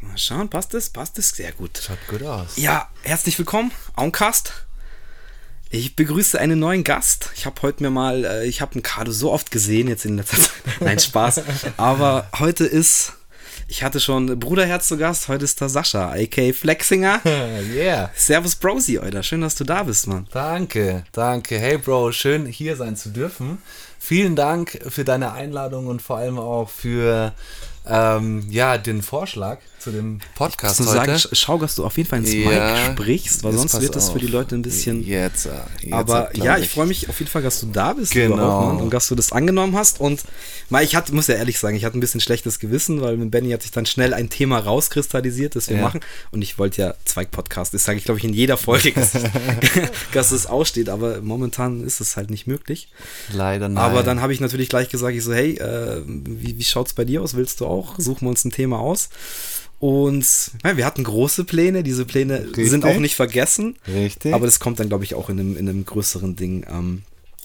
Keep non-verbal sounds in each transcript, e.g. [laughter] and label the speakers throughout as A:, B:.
A: Mal schauen, passt es? Passt es? Sehr gut.
B: Schaut gut aus.
A: Ja, herzlich willkommen, Auncast. Ich begrüße einen neuen Gast. Ich habe heute mir mal, äh, ich habe einen Kado so oft gesehen jetzt in letzter Zeit. [laughs] Nein, Spaß. Aber heute ist, ich hatte schon Bruderherz zu Gast, heute ist da Sascha, a.k.a. Flexinger.
B: yeah.
A: Servus Brosi, Alter. Schön, dass du da bist, Mann.
B: Danke, danke. Hey Bro, schön hier sein zu dürfen. Vielen Dank für deine Einladung und vor allem auch für ähm, ja, den Vorschlag zu dem Podcast
A: Zu
B: heute.
A: sagen, sch- schau, dass du auf jeden Fall ins
B: Ja,
A: Mic sprichst, weil
B: jetzt
A: sonst
B: pass
A: wird das für
B: auf.
A: die Leute ein bisschen.
B: Jetzt, äh, jetzt
A: Aber
B: glaub
A: ja, ich freue mich auf jeden Fall, dass du da bist lieber
B: Genau.
A: Hoffmann, und dass du das angenommen hast. Und mal, ich hatte, muss ja ehrlich sagen, ich hatte ein bisschen schlechtes Gewissen, weil mit Benny hat sich dann schnell ein Thema rauskristallisiert, das wir
B: Ja.
A: machen. Und ich wollte ja Zweig-Podcast, das sage ich glaube ich in jeder Folge, [laughs] dass, ich, dass es aussteht, aber momentan ist es halt nicht möglich.
B: Leider nein.
A: Aber dann habe ich natürlich gleich gesagt, ich so, hey, äh, wie, wie schaut's bei dir aus? Willst du auch? Suchen wir uns ein Thema aus. Und ja, wir hatten große Pläne, diese Pläne sind
B: Richtig.
A: auch nicht vergessen.
B: Richtig.
A: Aber das kommt dann, glaube ich, auch in einem, in einem größeren Ding. Ähm,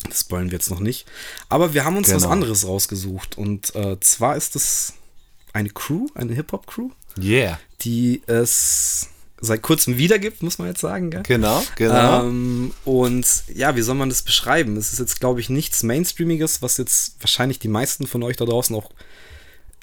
A: das spoilen wir jetzt noch nicht. Aber wir haben uns was
B: Genau.
A: anderes rausgesucht. Und äh, zwar ist es eine Crew, eine Hip-Hop-Crew,
B: Yeah.
A: die es seit kurzem wiedergibt, muss man jetzt sagen. Gell?
B: Genau, genau.
A: Ähm, und ja, wie soll man das beschreiben? Es ist jetzt, glaube ich, nichts Mainstreamiges, was jetzt wahrscheinlich die meisten von euch da draußen auch,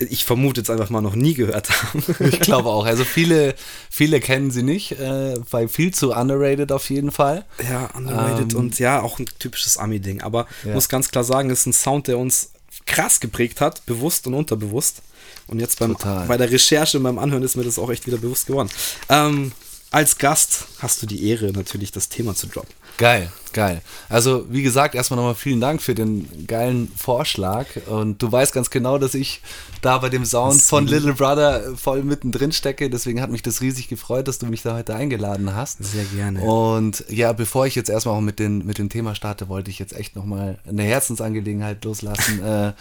A: ich vermute jetzt einfach mal, noch nie gehört haben.
B: [laughs] [laughs] Ich glaube auch. Also viele, viele kennen sie nicht, äh, weil viel zu underrated auf jeden Fall.
A: Ja, underrated
B: Ähm,
A: und ja, auch ein typisches Ami-Ding. Aber
B: Ja.
A: muss ganz klar sagen, ist ein Sound, der uns krass geprägt hat, bewusst und unterbewusst. Und jetzt beim,
B: Total.
A: bei der Recherche und beim Anhören ist mir das auch echt wieder bewusst geworden. Ähm, als Gast hast du die Ehre, natürlich das Thema zu droppen.
B: Geil, geil. Also, wie gesagt, erstmal nochmal vielen Dank für den geilen Vorschlag. Und du weißt ganz genau, dass ich da bei dem Sound von Little Brother äh, voll mittendrin stecke. Deswegen hat mich das riesig gefreut, dass du mich da heute eingeladen hast.
A: Sehr gerne.
B: Und ja, bevor ich jetzt erstmal auch mit, den, mit dem Thema starte, wollte ich jetzt echt nochmal eine Herzensangelegenheit
A: [laughs]
B: loslassen. äh,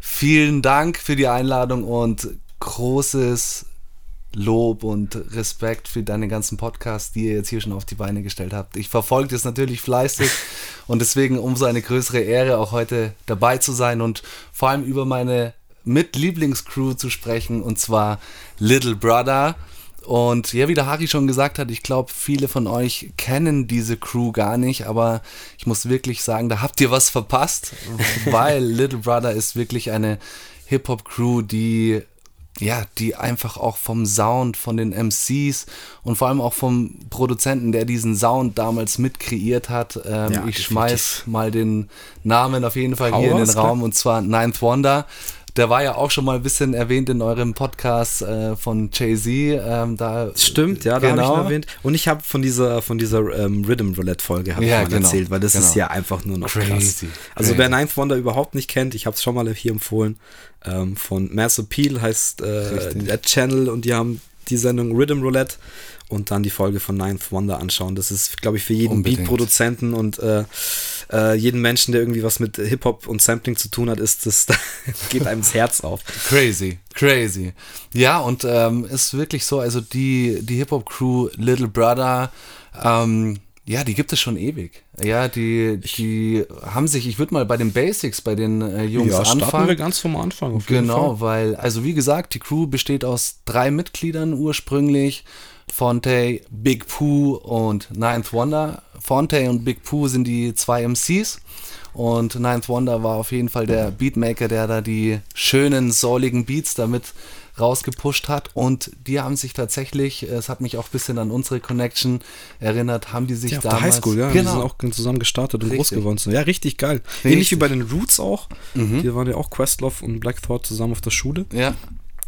B: vielen Dank für die Einladung und großes Lob und Respekt für deine ganzen Podcasts, die ihr jetzt hier schon auf die Beine gestellt habt. Ich verfolge das natürlich fleißig und deswegen umso eine größere Ehre, auch heute dabei zu sein und vor allem über meine Mit-Lieblingscrew zu sprechen und zwar Little Brother. Und ja, wie der Haki schon gesagt hat, ich glaube, viele von euch kennen diese Crew gar nicht, aber ich muss wirklich sagen, da habt ihr was verpasst, weil Little Brother ist wirklich eine Hip-Hop-Crew, die ja, die einfach auch vom Sound, von den MCs und vor allem auch vom Produzenten, der diesen Sound damals mit kreiert hat. Ähm,
A: Ja,
B: ich
A: definitiv.
B: schmeiß mal den Namen auf jeden Fall
A: Hau
B: hier in
A: raus,
B: den Raum und zwar Ninth Wonder. Der war ja auch schon mal ein bisschen erwähnt in eurem Podcast äh, von Jay-Z. Ähm, da
A: Stimmt, ja, da habe ich
B: Genau.
A: ihn erwähnt. Und ich habe von dieser, von dieser ähm, Rhythm Roulette Folge hab
B: Ja,
A: ich mal
B: genau,
A: erzählt, weil das ist
B: genau.
A: ja einfach nur noch
B: Crazy,
A: krass. Also
B: crazy.
A: wer Ninth Wonder überhaupt nicht kennt, ich habe es schon mal hier empfohlen, ähm, von Mass Appeal heißt äh,
B: Richtig.
A: der Channel und die haben die Sendung Rhythm Roulette und dann die Folge von Ninth Wonder anschauen. Das ist, glaube ich, für jeden
B: Unbedingt.
A: Beat-Produzenten und äh, äh, jeden Menschen, der irgendwie was mit Hip-Hop und Sampling zu tun hat, ist das, [laughs] geht einem das Herz auf.
B: Crazy, crazy. Ja, und ähm, ist wirklich so, also die, die Hip-Hop-Crew Little Brother, ähm, ja, die gibt es schon ewig. Ja, die, die haben sich, ich würde mal bei den Basics, bei den äh, Jungs anfangen.
A: ganz vom Anfang. Auf
B: Genau, weil, also wie gesagt, die Crew besteht aus drei Mitgliedern ursprünglich. Fonte, Big Pooh und Ninth Wonder. Fonte und Big Pooh sind die zwei MCs. Und Ninth Wonder war auf jeden Fall der Beatmaker, der da die schönen, souligen Beats damit rausgepusht hat. Und die haben sich tatsächlich, es hat mich auch ein bisschen an unsere Connection erinnert, haben die sich
A: Ja, auf der
B: damals...
A: Highschool, ja. Die sind
B: Genau,
A: auch zusammen gestartet und groß
B: Richtig.
A: geworden. sind. Ja, richtig geil. Ähnlich wie bei den Roots auch.
B: Mhm.
A: Die waren ja auch Questlove und Black Thought zusammen auf der Schule.
B: ja,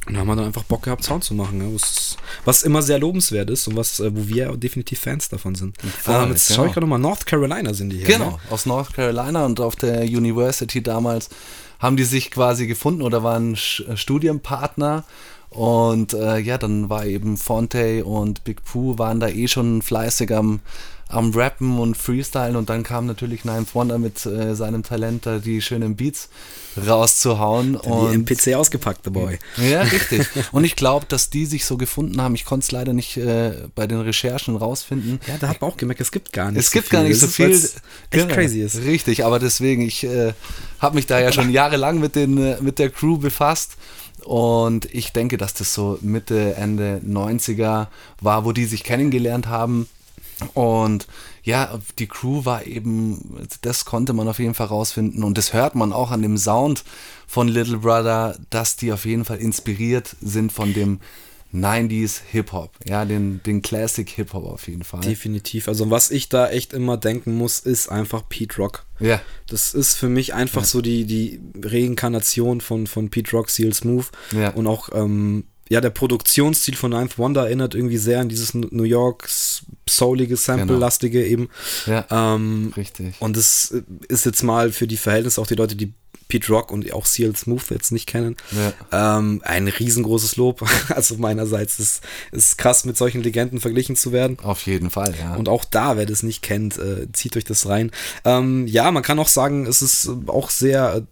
A: Und da haben wir dann einfach Bock gehabt, Sound zu machen. Ja. Was, was immer sehr lobenswert ist und was, äh, wo wir definitiv Fans davon sind.
B: voll,
A: ähm, jetzt schaue ich gerade
B: genau.
A: mal, North Carolina sind die hier.
B: Genau,
A: Ne?
B: aus North Carolina und auf der University damals haben die sich quasi gefunden oder waren Sch- äh, Studienpartner. Und äh, ja, dann war eben Fonte und Big Pooh waren da eh schon fleißig am, am Rappen und Freestylen und dann kam natürlich Ninth Wonder mit äh, seinem Talent, da die schönen Beats rauszuhauen.
A: Die
B: und
A: MPC ausgepackt, der Boy.
B: ja, richtig. Und ich glaube, dass die sich so gefunden haben. Ich konnte es leider nicht äh, bei den Recherchen rausfinden.
A: Ja, da hat man auch gemerkt, es gibt gar nicht
B: Es gibt gar nicht
A: Das
B: so
A: ist,
B: viel.
A: weil's Echt
B: Genau,
A: crazy ist.
B: Richtig, aber deswegen, ich äh, habe mich da ja schon jahrelang mit, den, äh, mit der Crew befasst. Und ich denke, dass das so Mitte, Ende 90er war, wo die sich kennengelernt haben. Und ja, die Crew war eben, das konnte man auf jeden Fall rausfinden. Und das hört man auch an dem Sound von Little Brother, dass die auf jeden Fall inspiriert sind von dem 90s Hip-Hop. Ja, den, den Classic Hip-Hop auf jeden Fall.
A: Definitiv. Also was ich da echt immer denken muss, ist einfach Pete Rock.
B: ja.
A: Das ist für mich einfach so die, die Reinkarnation von, von Pete Rock, Seal Smooth.
B: Ja.
A: Und auch, ähm, ja, der Produktionsstil von Ninth Wonder erinnert irgendwie sehr an dieses New Yorks soulige, sample-lastige eben.
B: Genau. Ja,
A: Ähm,
B: richtig.
A: und das äh, ist jetzt mal für die Verhältnisse, auch die Leute, die Pete Rock und auch Seal Smooth jetzt nicht kennen, ähm, ein riesengroßes Lob. [laughs] Also meinerseits ist, ist krass, mit solchen Legenden verglichen zu werden.
B: Auf jeden Fall, ja.
A: Und auch da, wer das nicht kennt, äh, zieht euch das rein. Ähm, ja, man kann auch sagen, es ist äh, auch sehr äh,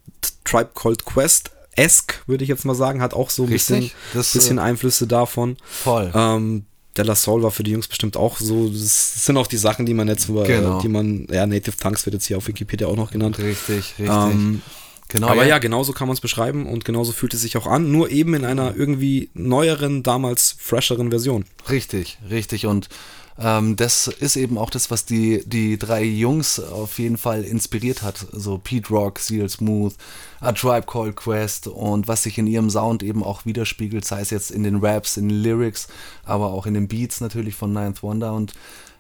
A: Tribe Called Quest. Esk, würde ich jetzt mal sagen, hat auch so ein
B: Richtig,
A: bisschen,
B: das,
A: bisschen
B: äh,
A: Einflüsse davon.
B: voll.
A: Ähm, De La Soul war für die Jungs bestimmt auch so. Das sind auch die Sachen, die man jetzt über,
B: Genau.
A: äh, die man, ja, Native Tongues wird jetzt hier auf Wikipedia auch noch genannt.
B: richtig, richtig.
A: Ähm,
B: genau,
A: Aber Genau, ja, genauso kann man es beschreiben und genauso fühlt es sich auch an, nur eben in einer irgendwie neueren, damals fresheren Version.
B: Richtig, richtig. Und ähm, das ist eben auch das, was die, die drei Jungs auf jeden Fall inspiriert hat. So Pete Rock, Seal Smooth, A Tribe Called Quest und was sich in ihrem Sound eben auch widerspiegelt, sei es jetzt in den Raps, in den Lyrics, aber auch in den Beats natürlich von Ninth Wonder. Und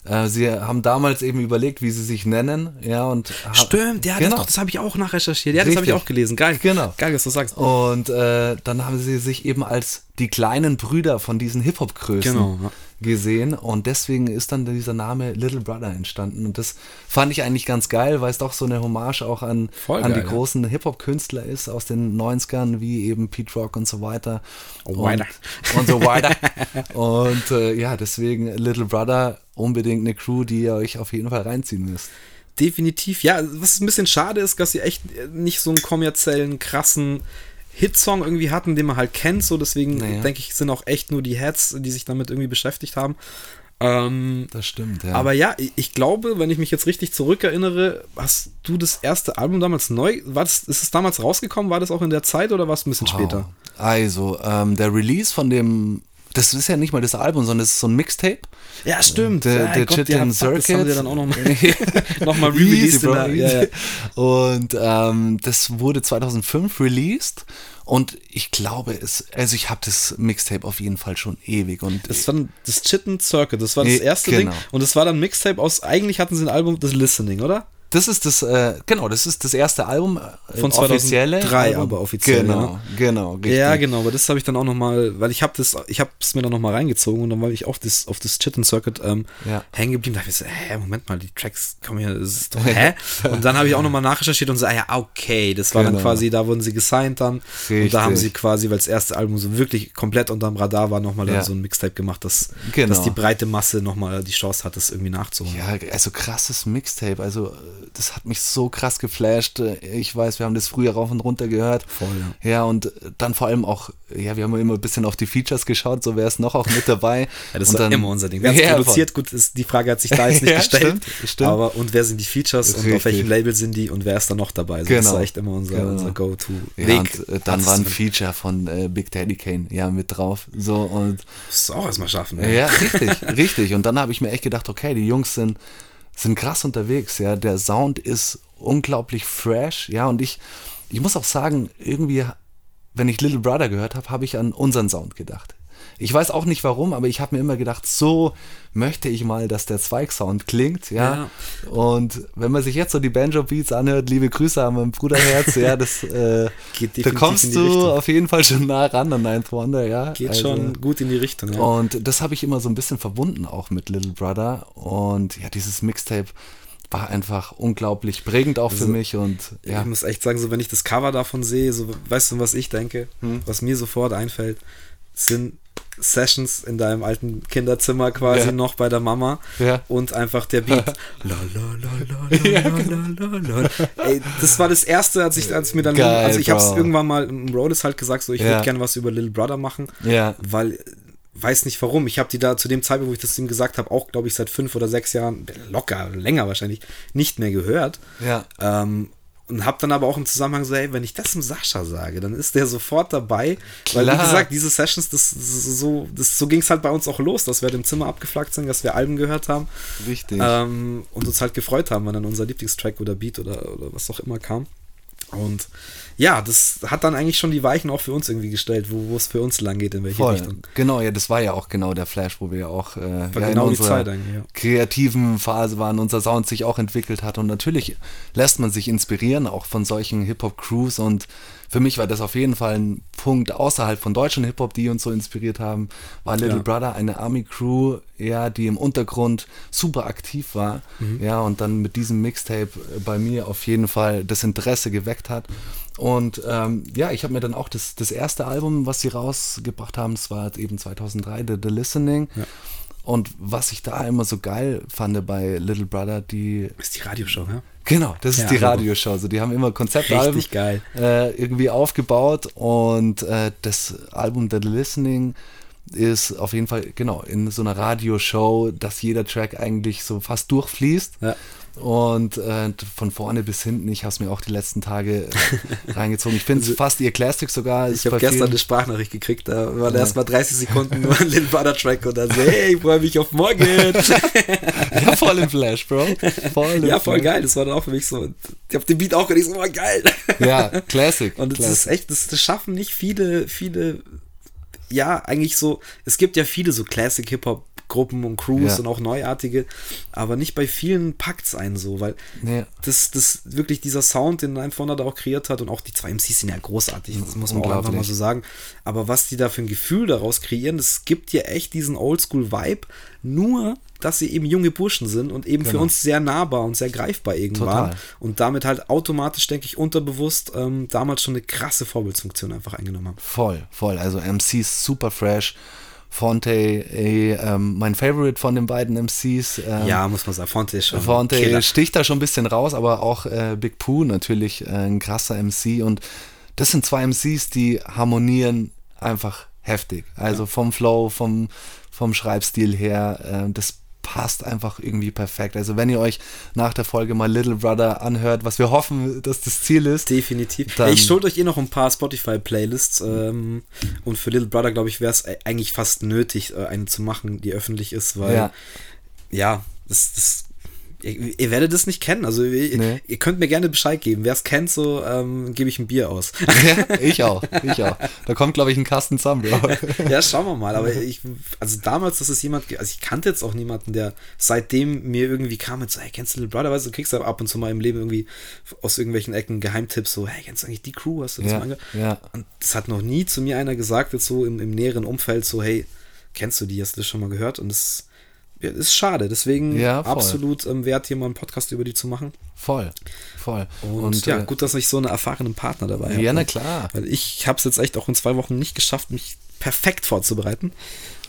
B: äh, sie haben damals eben überlegt, wie sie sich nennen. Ja, und ha-
A: Stimmt, ja,
B: Genau.
A: das, das habe ich auch nachrecherchiert. Ja, das habe ich
B: Richtig.
A: auch gelesen. Geil.
B: Genau.
A: Geil, dass du sagst.
B: Und äh, dann haben sie sich eben als die kleinen Brüder von diesen Hip-Hop-Größen
A: Genau, ja.
B: gesehen. Und deswegen ist dann dieser Name Little Brother entstanden. Und das fand ich eigentlich ganz geil, weil es doch so eine Hommage auch an,
A: Voll
B: an die
A: geil, ja.
B: großen Hip-Hop-Künstler ist aus den 90ern, wie eben Pete Rock und so weiter.
A: Oh,
B: und,
A: weiter.
B: und so weiter. und äh, ja, deswegen Little Brother unbedingt eine Crew, die ihr euch auf jeden Fall reinziehen müsst.
A: Definitiv. Ja, was ein bisschen schade ist, dass sie echt äh, nicht so einen kommerziellen, krassen Hitsong irgendwie hatten, den man halt kennt. So, deswegen
B: Naja.
A: denke ich, sind auch echt nur die Heads, die sich damit irgendwie beschäftigt haben. Ähm,
B: Das stimmt, ja.
A: Aber ja, ich- ich glaube, wenn ich mich jetzt richtig zurückerinnere, hast du das erste Album damals neu? War das, ist es damals rausgekommen? War das auch in der Zeit oder war es ein bisschen später?
B: Wow. Also, ähm, der Release von dem, das ist ja nicht mal das Album, sondern das ist so ein Mixtape.
A: Ja, stimmt.
B: Der-
A: ja,
B: der
A: Gott,
B: Chit
A: ja,
B: in
A: fuck, Das haben sie
B: Circuit.
A: dann auch nochmal
B: [laughs]
A: noch mal [laughs] released. in der, ja, ja.
B: Und ähm, das wurde 2005 released und ich glaube, es, also ich habe das Mixtape auf jeden Fall schon ewig und
A: Das war dann das Chitten Circuit, das war das
B: Nee,
A: erste
B: genau.
A: Ding. Und das war dann Mixtape aus, eigentlich hatten sie ein Album, das Listening, oder?
B: Das ist das, äh, genau, das ist das erste Album. äh,
A: Von
B: offizielle
A: 2003
B: Album.
A: aber offiziell,
B: Genau,
A: ne?
B: genau, richtig.
A: Ja, genau, aber das habe ich dann auch nochmal, weil ich habe das, ich habe es mir dann nochmal reingezogen und dann war ich auf das, auf das Chitten Circuit ähm,
B: Ja.
A: hängen geblieben. Da dachte ich so, hä, Moment mal, die Tracks kommen hier, das ist doch,
B: [laughs]
A: hä? und dann habe ich auch nochmal nachrecherchiert und so, ah ja, okay, das war dann
B: Genau.
A: quasi, da wurden sie gesigned dann. Und da
B: Richtig.
A: haben sie quasi, weil das erste Album so wirklich komplett unterm Radar war, nochmal dann
B: Ja.
A: so ein Mixtape gemacht, dass,
B: Genau.
A: dass die breite Masse nochmal die Chance hat, das irgendwie nachzuholen.
B: Ja, also krasses Mixtape. Also äh, das hat mich so krass geflasht. Äh, Ich weiß, wir haben das früher rauf und runter gehört.
A: Voll,
B: ja. und äh, dann vor allem auch, ja, wir haben immer ein bisschen auf die Features geschaut, so wäre es noch auch mit dabei.
A: [laughs] Ja, das
B: und
A: war
B: dann,
A: immer unser Ding.
B: [laughs]
A: Wer hat
B: Ja, voll.
A: produziert? Gut, ist, die Frage hat sich da
B: [laughs]
A: jetzt nicht
B: Ja,
A: gestellt.
B: stimmt, stimmt.
A: Aber und wer sind die Features und auf
B: Richtig.
A: welchem Label sind die und wer ist da noch dabei? Also Das
B: Genau.
A: war echt immer unser,
B: Genau.
A: unser
B: Ja,
A: Go-To-Weg.
B: und äh, dann war ein Feature von äh, Big Daddy Kane, ja, mit drauf. So und
A: Das ist auch erstmal schaffen.
B: Ja, richtig, [laughs] richtig. Und dann habe ich mir echt gedacht, okay, die Jungs sind, sind krass unterwegs, ja. Der Sound ist unglaublich fresh, ja. Und ich, ich muss auch sagen, irgendwie, wenn ich Little Brother gehört habe, habe ich an unseren Sound gedacht. Ich weiß auch nicht warum, aber ich habe mir immer gedacht, so möchte ich mal, dass der Zweig-Sound klingt, ja. Und wenn man sich jetzt so die Banjo-Beats anhört, liebe Grüße an mein Bruderherz, ja, das, äh,
A: Geht
B: da
A: definitiv in
B: kommst
A: die
B: du
A: Richtung.
B: auf jeden Fall schon nah ran an Ninth Wonder, ja.
A: Geht
B: Also-
A: schon gut in die Richtung. Ja.
B: und das habe ich immer so ein bisschen verbunden auch mit Little Brother. Und ja, dieses Mixtape war einfach unglaublich prägend auch für mich. Und ja,
A: Ich muss echt sagen, so wenn ich das
B: Hm.
A: Cover davon sehe, so weißt du, was ich denke, was mir sofort einfällt, sind Sessions in deinem alten Kinderzimmer quasi
B: Ja.
A: noch bei der Mama
B: Ja.
A: und einfach der
B: [laughs]
A: Beat. la, la, la, la, la, la, la, la. Ey, das war das erste, als ich als mir dann
B: genau. Geil,
A: also ich habe es
B: Bro.
A: irgendwann mal im Rodes halt gesagt, so ich
B: Ja.
A: würde gerne was über Little Brother machen,
B: Ja.
A: weil äh, weiß nicht warum. Ich habe die da zu dem Zeitpunkt, wo ich das ihm gesagt habe, auch glaube ich seit fünf oder sechs Jahren locker länger wahrscheinlich nicht mehr gehört.
B: Ja.
A: Ähm, und habe dann aber auch im Zusammenhang so, hey, wenn ich das dem Sascha sage, dann ist der sofort dabei. Weil, wie
B: Klar.
A: gesagt, diese Sessions, das, das ist so, das, so ging es halt bei uns auch los, dass wir halt im Zimmer abgeflaggt sind, dass wir Alben gehört haben
B: Richtig.
A: ähm, und uns halt gefreut haben, wenn dann unser Lieblingstrack oder Beat oder, oder was auch immer kam. Und ja, das hat dann eigentlich schon die Weichen auch für uns irgendwie gestellt, wo wo es für uns lang geht, in welche
B: Voll.
A: Richtung.
B: Genau, ja, das war ja auch genau der Flash, wo wir ja auch äh, ja,
A: genau die
B: in unserer
A: Zeit eigentlich, ja.
B: kreativen Phase waren, unser Sound sich auch entwickelt hat. Und natürlich lässt man sich inspirieren, auch von solchen Hip-Hop-Crews. Und für mich war das auf jeden Fall ein Punkt außerhalb von deutschen Hip-Hop, die uns so inspiriert haben, war Little
A: Ja.
B: Brother eine Army-Crew, ja, die im Untergrund super aktiv war.
A: Mhm.
B: Ja, und dann mit diesem Mixtape äh, bei mir auf jeden Fall das Interesse geweckt hat. Und ähm, ja, ich habe mir dann auch das, das erste Album, was sie rausgebracht haben, das war halt eben 2003, The, The Listening. Und was ich da immer so geil fand bei Little Brother, die
A: Ist die Radioshow, ja?
B: Genau, das ist
A: Ja,
B: die
A: Logo.
B: Radioshow. Also die haben immer Konzeptalben
A: Richtig geil.
B: Äh, irgendwie aufgebaut und äh, das Album The Listening ist auf jeden Fall, genau, in so einer Radioshow, dass jeder Track eigentlich so fast durchfließt.
A: Ja.
B: Und äh, von vorne bis hinten, ich habe es mir auch die
A: [laughs]
B: letzten Tage reingezogen. Ich finde es fast ihr Classic sogar.
A: Also
B: ist
A: Ich habe
B: bei
A: gestern eine
B: vielen-
A: Sprachnachricht gekriegt, da waren erst mal 30 Sekunden nur ein Lil Butter Track und dann so, hey, ich freue mich auf
B: [laughs]
A: morgen.
B: ja, voll im
A: [laughs]
B: Flash, Bro. Voll im
A: ja, voll
B: Flash.
A: geil, das war dann auch für mich so. Ich habe den Beat auch gehört, ich so, oh, geil. [laughs]
B: Ja, Classic.
A: Und das
B: Classic.
A: ist echt, das, das schaffen nicht viele, viele, ja, eigentlich so, es gibt ja viele so Classic Hip-Hop. Gruppen und Crews
B: Ja.
A: und auch neuartige, aber nicht bei vielen packt's einen so, weil
B: Nee.
A: das, das wirklich dieser Sound, den Nine Fonda da auch kreiert hat und auch die zwei MCs sind ja großartig, das muss man auch einfach mal
B: Unglaublich.
A: so sagen. Aber was die da für ein Gefühl daraus kreieren, das gibt dir echt diesen Oldschool-Vibe, nur dass sie eben junge Burschen sind und eben für
B: Genau.
A: uns sehr nahbar und sehr greifbar irgendwann
B: Total.
A: waren und damit halt automatisch, denke ich, unterbewusst ähm, damals schon eine krasse Vorbildsfunktion einfach eingenommen haben.
B: Voll, voll. Also MCs super fresh. Fonte, eh, ähm, mein Favorite von den beiden MCs. Ähm,
A: Ja, muss man sagen, Fonte ist schon
B: Fonte
A: Killer.
B: sticht da schon ein bisschen raus, aber auch äh, Big Pooh natürlich äh, ein krasser MC. Und das sind zwei MCs, die harmonieren einfach heftig. Also vom Flow, vom, vom Schreibstil her, äh, das passt einfach irgendwie perfekt. Also wenn ihr euch nach der Folge mal Little Brother anhört, was wir hoffen, dass das Ziel ist.
A: Definitiv.
B: Dann-
A: ich schuld euch eh noch ein paar Spotify-Playlists ähm, und für Little Brother, glaube ich, wäre es eigentlich fast nötig, äh, eine zu machen, die öffentlich ist, weil ja,
B: Ja.
A: das, das ihr, ihr werdet es nicht kennen. Also ihr,
B: Nee.
A: ihr könnt mir gerne Bescheid geben. Wer es kennt, so ähm, gebe ich ein Bier aus. [laughs]
B: [laughs] Ja, ich auch, ich auch. Da kommt, glaube ich, ein Kasten zusammen, Bro.
A: [laughs] ja, schauen wir mal. Aber ich, also damals, dass es jemand, ge- also ich kannte jetzt auch niemanden, der seitdem mir irgendwie kam und so, hey, kennst du Little Brother? Weißt du, du kriegst ab und zu mal im Leben irgendwie aus irgendwelchen Ecken Geheimtipps so, hey, kennst du eigentlich die Crew? Hast du das
B: Ja,
A: mal angehört?
B: ja.
A: Und das hat noch nie zu mir einer gesagt, jetzt so im, im näheren Umfeld, so, hey, kennst du die? Hast du das schon mal gehört? Und das ja, das ist schade. Deswegen
B: Ja, voll.
A: absolut ähm, wert, hier mal einen Podcast über die zu machen.
B: [laughs] Voll, voll.
A: Und, ja,
B: äh,
A: gut, dass ich so einen erfahrenen Partner dabei habe.
B: Ja, na klar.
A: Weil ich habe es jetzt echt auch in zwei Wochen nicht geschafft, mich perfekt vorzubereiten.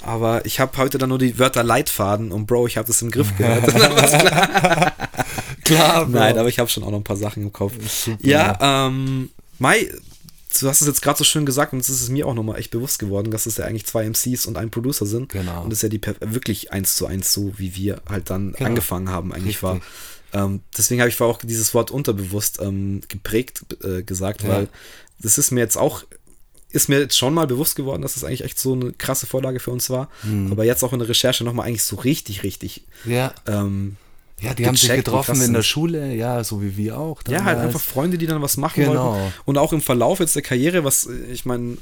A: Aber ich habe heute dann nur die Wörter Leitfaden und Bro, ich habe das im Griff
B: [laughs]
A: gehört. Dann war's klar.
B: Klar, [laughs] Bro.
A: Nein, aber ich habe schon auch noch ein paar Sachen im Kopf. Ja, ähm, Mai, du hast es jetzt gerade so schön gesagt und es ist mir auch nochmal echt bewusst geworden, dass es ja eigentlich zwei MCs und ein Producer sind.
B: Genau.
A: Und es ja die per- wirklich eins zu eins so, wie wir halt dann
B: Genau.
A: angefangen haben, eigentlich war. Ähm, deswegen habe ich vorher auch dieses Wort unterbewusst ähm, geprägt äh, gesagt,
B: Ja.
A: weil das ist mir jetzt auch ist mir jetzt schon mal bewusst geworden, dass das eigentlich echt so eine krasse Vorlage für uns war.
B: Mhm.
A: Aber jetzt auch in der Recherche nochmal eigentlich so richtig, richtig
B: ja.
A: ähm,
B: ja, die haben sich
A: gecheckt, wie krass
B: getroffen in
A: sind.
B: der Schule, ja, so wie wir auch.
A: Ja, halt
B: damals.
A: einfach Freunde, die dann was machen
B: Genau.
A: wollten. Und auch im Verlauf jetzt der Karriere, was äh, ich meine,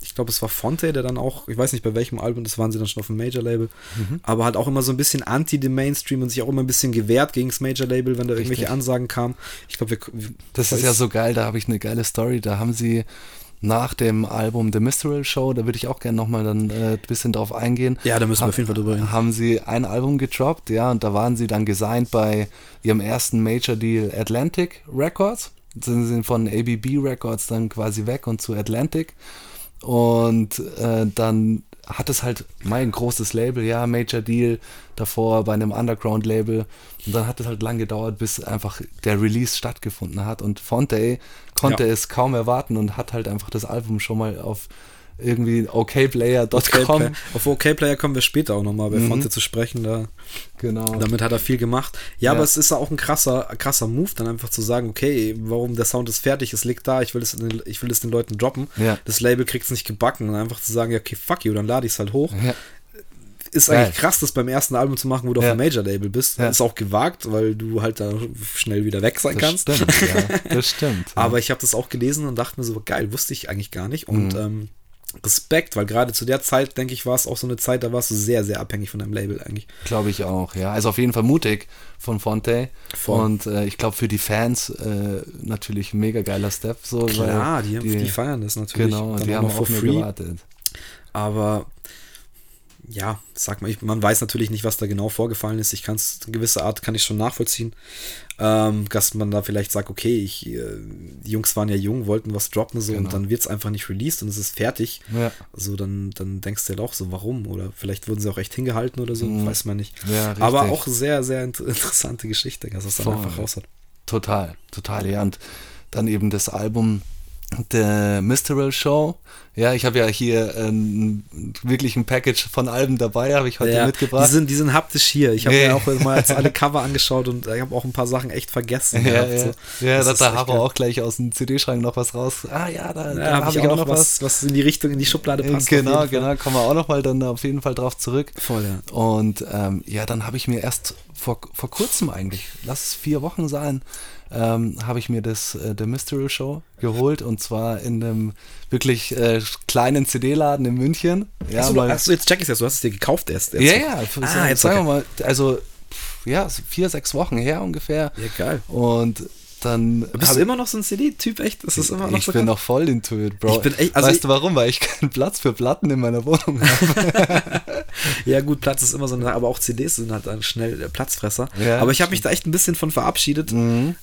A: ich glaube, es war Fonte, der dann auch, ich weiß nicht bei welchem Album, das waren sie dann schon auf dem Major-Label,
B: Mhm.
A: aber halt auch immer so ein bisschen anti dem Mainstream und sich auch immer ein bisschen gewehrt gegen das Major-Label, wenn da irgendwelche Ansagen kamen. Ich glaube, wir.
B: Das ist ja so geil, da habe ich eine geile Story. Da haben sie nach dem Album The Mystery Show, da würde ich auch gerne nochmal dann äh, ein bisschen drauf eingehen.
A: Ja, da müssen wir
B: Ha-
A: auf jeden Fall drüber reden.
B: Haben sie ein Album gedroppt, ja, und da waren sie dann gesigned bei ihrem ersten Major Deal Atlantic Records. Sind sie von ABB Records dann quasi weg und zu Atlantic. Und äh, dann hat es halt mein großes Label, ja, Major Deal, davor bei einem Underground-Label. Und dann hat es halt lang gedauert, bis einfach der Release stattgefunden hat. Und Fonte konnte
A: Ja.
B: es kaum erwarten und hat halt einfach das Album schon mal auf irgendwie okplayer.com.
A: Okplayer- Auf OK-Player kommen wir später auch nochmal
B: Mhm.
A: bei Fonte zu sprechen. Da,
B: Genau.
A: damit hat er viel gemacht. Ja,
B: Ja.
A: aber es ist auch ein krasser, krasser Move, dann einfach zu sagen, okay, warum der Sound ist fertig, es liegt da, ich will es, den- ich will es den Leuten droppen.
B: Ja.
A: Das Label kriegt es nicht gebacken. Und einfach zu sagen, ja, okay, fuck you, dann lade ich es halt hoch.
B: Ja.
A: Ist
B: Geil.
A: eigentlich krass, das beim ersten Album zu machen, wo du
B: Ja.
A: auf einem Major-Label bist.
B: Ja.
A: Ist auch gewagt, weil du halt da schnell wieder weg sein
B: Das
A: kannst.
B: stimmt, ja. Das stimmt.
A: [laughs] Aber ich habe das auch gelesen und dachte mir so, geil, wusste ich eigentlich gar nicht. Und
B: Mhm.
A: ähm, Respekt, weil gerade zu der Zeit, denke ich, war es auch so eine Zeit, da warst du sehr, sehr abhängig von deinem Label eigentlich.
B: Glaube ich auch, ja. Also auf jeden Fall mutig von Fonte.
A: Voll.
B: Und äh, ich glaube für die Fans äh, natürlich ein mega geiler Step. So,
A: Klar, die,
B: weil
A: die, feiern das natürlich.
B: Genau,
A: dann
B: die
A: auch
B: haben
A: noch for
B: auch nur
A: free.
B: gewartet.
A: Aber ja, sag mal, ich, man weiß natürlich nicht, was da genau vorgefallen ist. Ich kann es, gewisse Art kann ich schon nachvollziehen. Ähm, dass man da vielleicht sagt, okay, ich, äh, die Jungs waren ja jung, wollten was droppen so
B: Genau.
A: und dann wird es einfach nicht released und es ist fertig.
B: Ja.
A: So, dann, dann denkst du ja auch so, warum? Oder vielleicht wurden sie auch echt hingehalten oder so, weiß man nicht.
B: Mhm. Ja, richtig.
A: Aber auch sehr, sehr int [laughs] interessante Geschichte, dass es dann
B: Voll.
A: einfach raus hat.
B: Total, total, ja. Und dann eben das Album The Mystery Show. Ja, ich habe ja hier ähm, wirklich ein Package von Alben dabei, habe ich heute
A: Ja,
B: mitgebracht.
A: Die sind, die sind haptisch hier. Ich habe
B: Nee.
A: mir auch mal jetzt
B: [laughs]
A: alle Cover angeschaut und ich habe auch ein paar Sachen echt vergessen.
B: ja,
A: gehabt,
B: ja.
A: so.
B: ja da,
A: ist
B: da
A: echt
B: haben
A: geil.
B: wir auch gleich aus dem CD-Schrank noch was raus. Ah ja,
A: Da
B: da, da
A: habe hab ich auch noch was, was in die Richtung, in die Schublade
B: Äh,
A: passt. auf
B: Genau,
A: jeden Fall.
B: genau, kommen wir auch nochmal dann auf jeden Fall drauf zurück.
A: Voll, ja.
B: Und ähm, ja, dann habe ich mir erst vor, vor kurzem eigentlich, lass es vier Wochen sein, ähm, habe ich mir das äh, The Mystery Show geholt und zwar in einem wirklich äh, kleinen CD-Laden in München. Ja,
A: Achso, du,
B: weil-
A: achso, jetzt check ich's erst. Du hast es dir gekauft erst. jetzt.
B: ja, ja,
A: Ah,
B: jetzt
A: jetzt
B: sagen
A: okay.
B: wir mal, also pff, ja, so vier, sechs Wochen her ungefähr.
A: Ja, geil.
B: Und dann
A: Bist
B: hab-
A: du immer noch so ein CD-Typ, echt? Ist das immer noch
B: ich
A: so
B: bin
A: krass?
B: noch voll into it, Bro.
A: Ich bin echt- also
B: weißt
A: ich-
B: du warum? Weil ich keinen Platz für Platten in meiner Wohnung habe.
A: Ja, gut, Platz ist immer so eine Sache, aber auch CDs sind halt dann schnell der Platzfresser.
B: Ja, Mhm.
A: aber ich habe mich da echt ein bisschen von verabschiedet, ähm,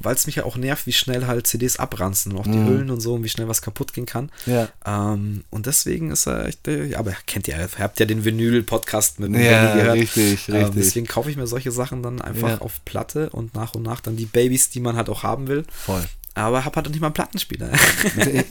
A: weil es mich ja auch nervt, wie schnell halt CDs abranzen, auch die Hüllen und so und wie schnell was kaputt gehen kann.
B: Mhm. Ja.
A: Ähm, und deswegen ist er echt, äh, ja, aber kennt ihr, ihr habt ja den Vinyl-Podcast mit
B: Ja,
A: Benny
B: richtig,
A: Ähm,
B: richtig.
A: Deswegen kaufe ich mir solche Sachen dann einfach
B: Ja.
A: auf Platte und nach und nach dann die Babys, die man halt auch haben will.
B: Voll.
A: Aber hab halt nicht mal einen Plattenspieler.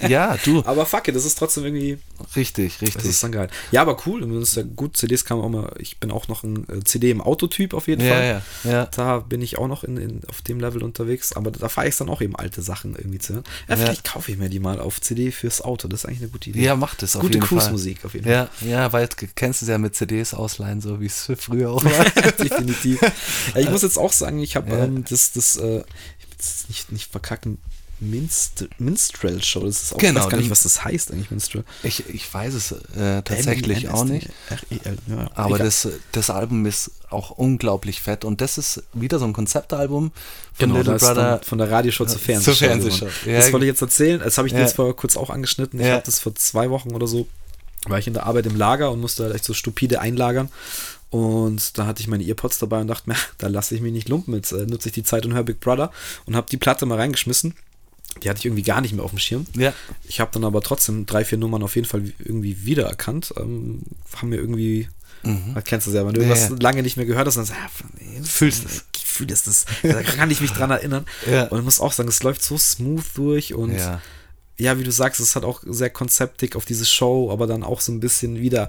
B: ja, du.
A: [laughs] aber fuck it, das ist trotzdem irgendwie
B: Richtig,
A: das
B: richtig.
A: ist dann geil. Ja, aber cool. Das ist ja gut. CDs kann man auch mal. Ich bin auch noch ein äh, CD im Autotyp auf jeden
B: Ja,
A: Fall.
B: ja, ja.
A: Da bin ich auch noch in, in, auf dem Level unterwegs. Aber da fahre ich dann auch eben alte Sachen irgendwie zu hören. Ja, Vielleicht kaufe ich mir die mal auf CD fürs Auto. Das ist eigentlich eine gute Idee.
B: Ja, macht es auf
A: Gute
B: jeden Fall.
A: Cruise-Musik auf jeden Fall.
B: Ja, ja, weil du kennst es ja mit CDs ausleihen, so wie es [laughs] früher auch war.
A: [laughs] Definitiv.
B: [laughs]
A: Ja, ich muss jetzt auch sagen, ich habe ähm, das, das, äh, ich will jetzt nicht, nicht verkacken. Minst, Minstrel Show, das ist auch,
B: Genau,
A: ich weiß gar
B: das-
A: nicht, was das heißt eigentlich, Minstrel.
B: ich, ich weiß es äh, tatsächlich auch nicht.
A: R-E-L, E ja,
B: Aber
A: egal.
B: das, das Album ist auch unglaublich fett und das ist wieder so ein Konzeptalbum von
A: Genau,
B: Little
A: das ist
B: Brother.
A: Dann von der Radioshow zur
B: Zur
A: Fernsehshow.
B: Fernsehshow.
A: geworden.
B: Ja, genau.
A: das wollte ich jetzt erzählen. Das habe ich dir
B: Ja.
A: jetzt vorher kurz auch angeschnitten. Ich
B: Ja.
A: habe das vor zwei Wochen oder so, war ich in der Arbeit im Lager und musste halt echt so stupide einlagern. Und da hatte ich meine Earpods dabei und dachte mir, [laughs] da lasse ich mich nicht lumpen. Jetzt äh, nutze ich die Zeit und höre Big Brother und habe die Platte mal reingeschmissen. Die hatte ich irgendwie gar nicht mehr auf dem Schirm.
B: Ja.
A: Ich habe dann aber trotzdem drei, vier Nummern auf jeden Fall irgendwie wiedererkannt. Ähm, haben mir irgendwie, das kennst du selber, wenn du
B: Mhm. Ja,
A: irgendwas
B: ja.
A: lange nicht mehr gehört hast, dann sagst du, ja, nee,
B: Fühlst es.
A: Ich fühle es, das, da kann ich mich dran erinnern.
B: [laughs] Ja.
A: Und ich muss auch sagen, es läuft so smooth durch und ja.
B: Ja.
A: wie du sagst, es hat auch sehr konzeptig auf diese Show, aber dann auch so ein bisschen wieder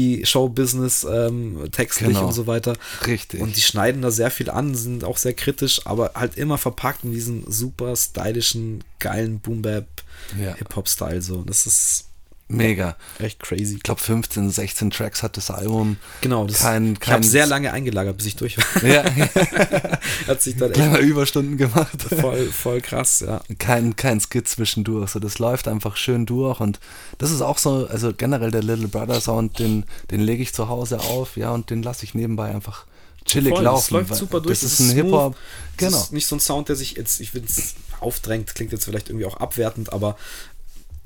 A: Anti-Show-Business ähm, textlich
B: Genau.
A: und so weiter.
B: Richtig.
A: Und die schneiden da sehr viel an, sind auch sehr kritisch, aber halt immer verpackt in diesen super stylischen, geilen
B: Ja.
A: Boom-Bap-Hip-Hop-Style. So, das ist
B: Mega.
A: echt crazy.
B: Ich glaube 15, 16 Tracks hat das Album.
A: Genau, das
B: kein,
A: ich habe
B: kein [laughs]
A: sehr lange eingelagert, bis ich durch war.
B: Ja,
A: [laughs] Hat sich dann echt
B: kleine Überstunden gemacht.
A: [laughs] voll, voll krass, ja.
B: kein, kein Skit zwischendurch. So, das läuft einfach schön durch. Und das ist auch so, also generell der Little Brother Sound, den, den lege ich zu Hause auf, ja, und den lasse ich nebenbei einfach chillig
A: Voll,
B: laufen.
A: Das läuft
B: weil
A: super durch.
B: Das,
A: das
B: ist ein
A: smooth.
B: Hip-Hop.
A: Das
B: Genau.
A: ist nicht so ein Sound, der sich jetzt, ich finde es aufdrängt, klingt jetzt vielleicht irgendwie auch abwertend, aber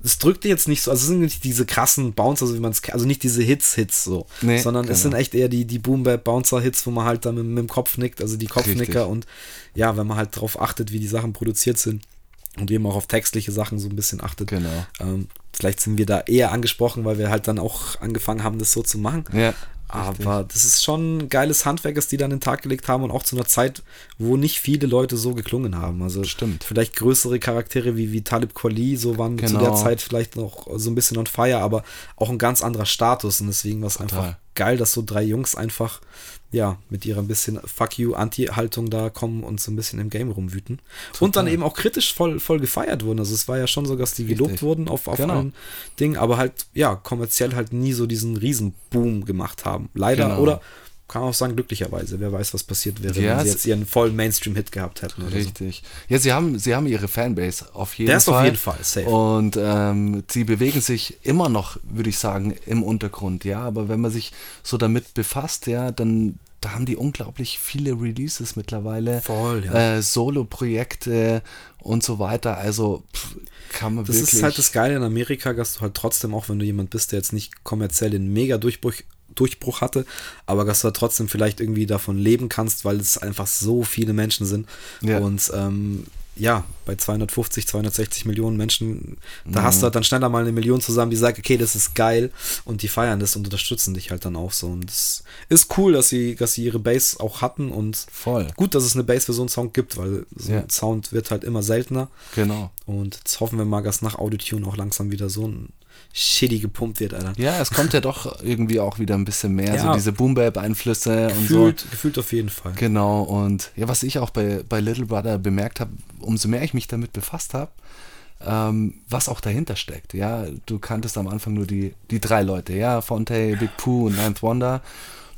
A: es drückt dir jetzt nicht so, also es sind nicht diese krassen Bouncer, so wie man es kennt, also nicht diese Hits-Hits so,
B: Nee,
A: sondern
B: genau.
A: es sind echt eher die, die Boom-Bap-Bouncer-Hits, wo man halt dann mit, mit dem Kopf nickt, also die Kopfnicker
B: Richtig.
A: und ja, wenn man halt drauf achtet, wie die Sachen produziert sind und eben auch auf textliche Sachen so ein bisschen achtet,
B: Genau.
A: ähm, Vielleicht sind wir da eher angesprochen, weil wir halt dann auch angefangen haben, das so zu machen.
B: Ja.
A: Aber das ist schon ein geiles Handwerk, das die dann in den Tag gelegt haben und auch zu einer Zeit, wo nicht viele Leute so geklungen haben. Also
B: Stimmt.
A: vielleicht größere Charaktere wie, wie Talib Kweli, so waren zu
B: Genau.
A: der Zeit vielleicht noch so ein bisschen on fire, aber auch ein ganz anderer Status. Und deswegen war es einfach geil, dass so drei Jungs einfach, ja, mit ihrer ein bisschen Fuck you, Anti-Haltung da kommen und so ein bisschen im Game rumwüten. Und dann eben auch kritisch voll, voll gefeiert wurden. Also es war ja schon so, dass die gelobt
B: Richtig.
A: wurden auf, auf
B: Genau.
A: allen Ding, aber halt, ja, kommerziell halt nie so diesen Riesenboom gemacht haben. Leider,
B: Genau.
A: oder kann man auch sagen, glücklicherweise. Wer weiß, was passiert wäre,
B: Ja,
A: wenn sie
B: es-
A: jetzt ihren vollen Mainstream-Hit gehabt hätten. Oder so.
B: Richtig. Ja, sie haben, sie haben ihre Fanbase auf jeden
A: Das
B: Fall.
A: auf jeden Fall, safe.
B: Und ähm, sie bewegen sich immer noch, würde ich sagen, im Untergrund, ja. Aber wenn man sich so damit befasst, ja, dann da haben die unglaublich viele Releases mittlerweile.
A: Voll, ja.
B: äh, Solo-Projekte und so weiter. Also pff, kann man
A: Das
B: wirklich.
A: ist halt das Geile in Amerika, dass du halt trotzdem, auch wenn du jemand bist, der jetzt nicht kommerziell den mega Durchbruch, Durchbruch hatte, aber dass du halt trotzdem vielleicht irgendwie davon leben kannst, weil es einfach so viele Menschen sind.
B: Ja.
A: Und ähm, ja, bei 250, 260 Millionen Menschen, da hast
B: Mhm.
A: du halt dann schneller mal eine Million zusammen, die sagt, okay, das ist geil und die feiern das und unterstützen dich halt dann auch so. Und es ist cool, dass sie, dass sie ihre Base auch hatten und
B: Voll.
A: gut, dass es eine Base für so einen Sound gibt, weil so
B: Ja.
A: ein Sound wird halt immer seltener.
B: Genau.
A: Und jetzt hoffen wir mal, dass nach Auditune auch langsam wieder so ein Shitty gepumpt wird, Alter.
B: Ja, es kommt ja doch irgendwie auch wieder ein bisschen mehr, so
A: Ja.
B: diese Boom-Bap-Einflüsse und so.
A: gefühlt, gefühlt auf jeden Fall.
B: Genau, und ja, was ich auch bei, bei Little Brother bemerkt habe, umso mehr ich mich damit befasst habe, ähm, was auch dahinter steckt. Ja, du kanntest am Anfang nur die, die drei Leute, ja, Fonte, Big Pooh und Ninth Wonder.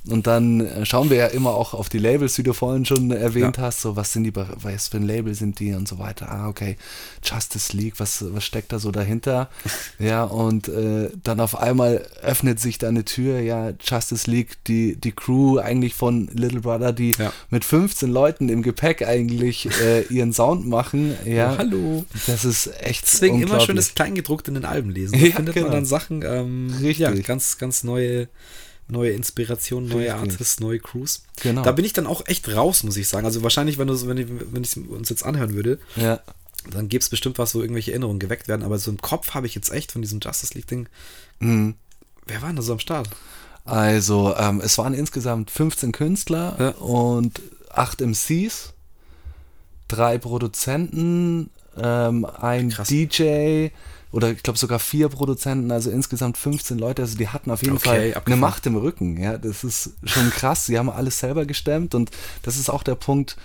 B: Und dann äh, schauen wir ja immer auch auf die Labels, wie du vorhin schon erwähnt hast, so was sind die, bei- was für ein Label sind die und so weiter. Ah, okay, Justice League, was, was steckt da
A: [laughs]
B: so dahinter? ja, und äh, dann auf einmal öffnet sich da eine Tür, ja, Justice League, die, die Crew eigentlich von Little Brother, die
A: Ja.
B: mit 15 Leuten im Gepäck eigentlich äh, ihren Sound machen. Ja,
A: hallo.
B: das ist echt
A: Deswegen immer schön
B: unglaublich.
A: das Kleingedruckte in den Alben
B: [laughs]
A: lesen. Da
B: Ja,
A: findet
B: genau.
A: man dann Sachen, ähm,
B: Richtig.
A: ja, ganz, ganz neue, neue Inspirationen, neue
B: Richtig.
A: Artists, neue Crews.
B: Genau.
A: Da bin ich dann auch echt raus, muss ich sagen. Also wahrscheinlich, wenn du wenn ich, wenn ich uns jetzt anhören würde,
B: Ja.
A: dann gäbe es bestimmt was, wo irgendwelche Erinnerungen geweckt werden. Aber so im Kopf habe ich jetzt echt von diesem Justice League-Ding.
B: Mhm.
A: Wer war denn da so am Start?
B: Also, ähm, es waren insgesamt 15 Künstler
A: Ja.
B: und 8 MCs, drei Produzenten, ähm, ein
A: Krass.
B: DJ oder ich glaube sogar vier Produzenten, also insgesamt 15 Leute. Also die hatten auf jeden
A: Okay,
B: Fall eine
A: abgefahren.
B: Macht im Rücken. Ja, das ist schon krass. Sie haben alles selber gestemmt und das ist auch der Punkt,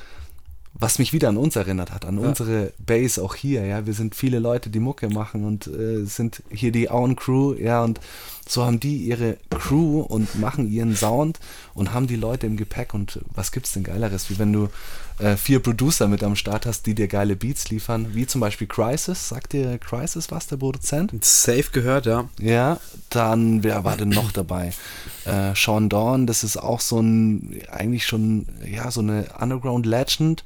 B: was mich wieder an uns erinnert hat, an unsere Base auch hier, ja. Wir sind viele Leute, die Mucke machen und äh, sind hier die Own Crew, ja, und so haben die ihre Crew und machen ihren Sound und haben die Leute im Gepäck und was gibt's denn geileres, wie wenn du äh, vier Producer mit am Start hast, die dir geile Beats liefern, wie zum Beispiel Crisis, sagt dir Crisis was, der Produzent?
A: Safe gehört, ja.
B: Ja, dann, wer war denn noch dabei? Äh, Sean Dawn, das ist auch so ein, eigentlich schon, ja, so eine Underground Legend.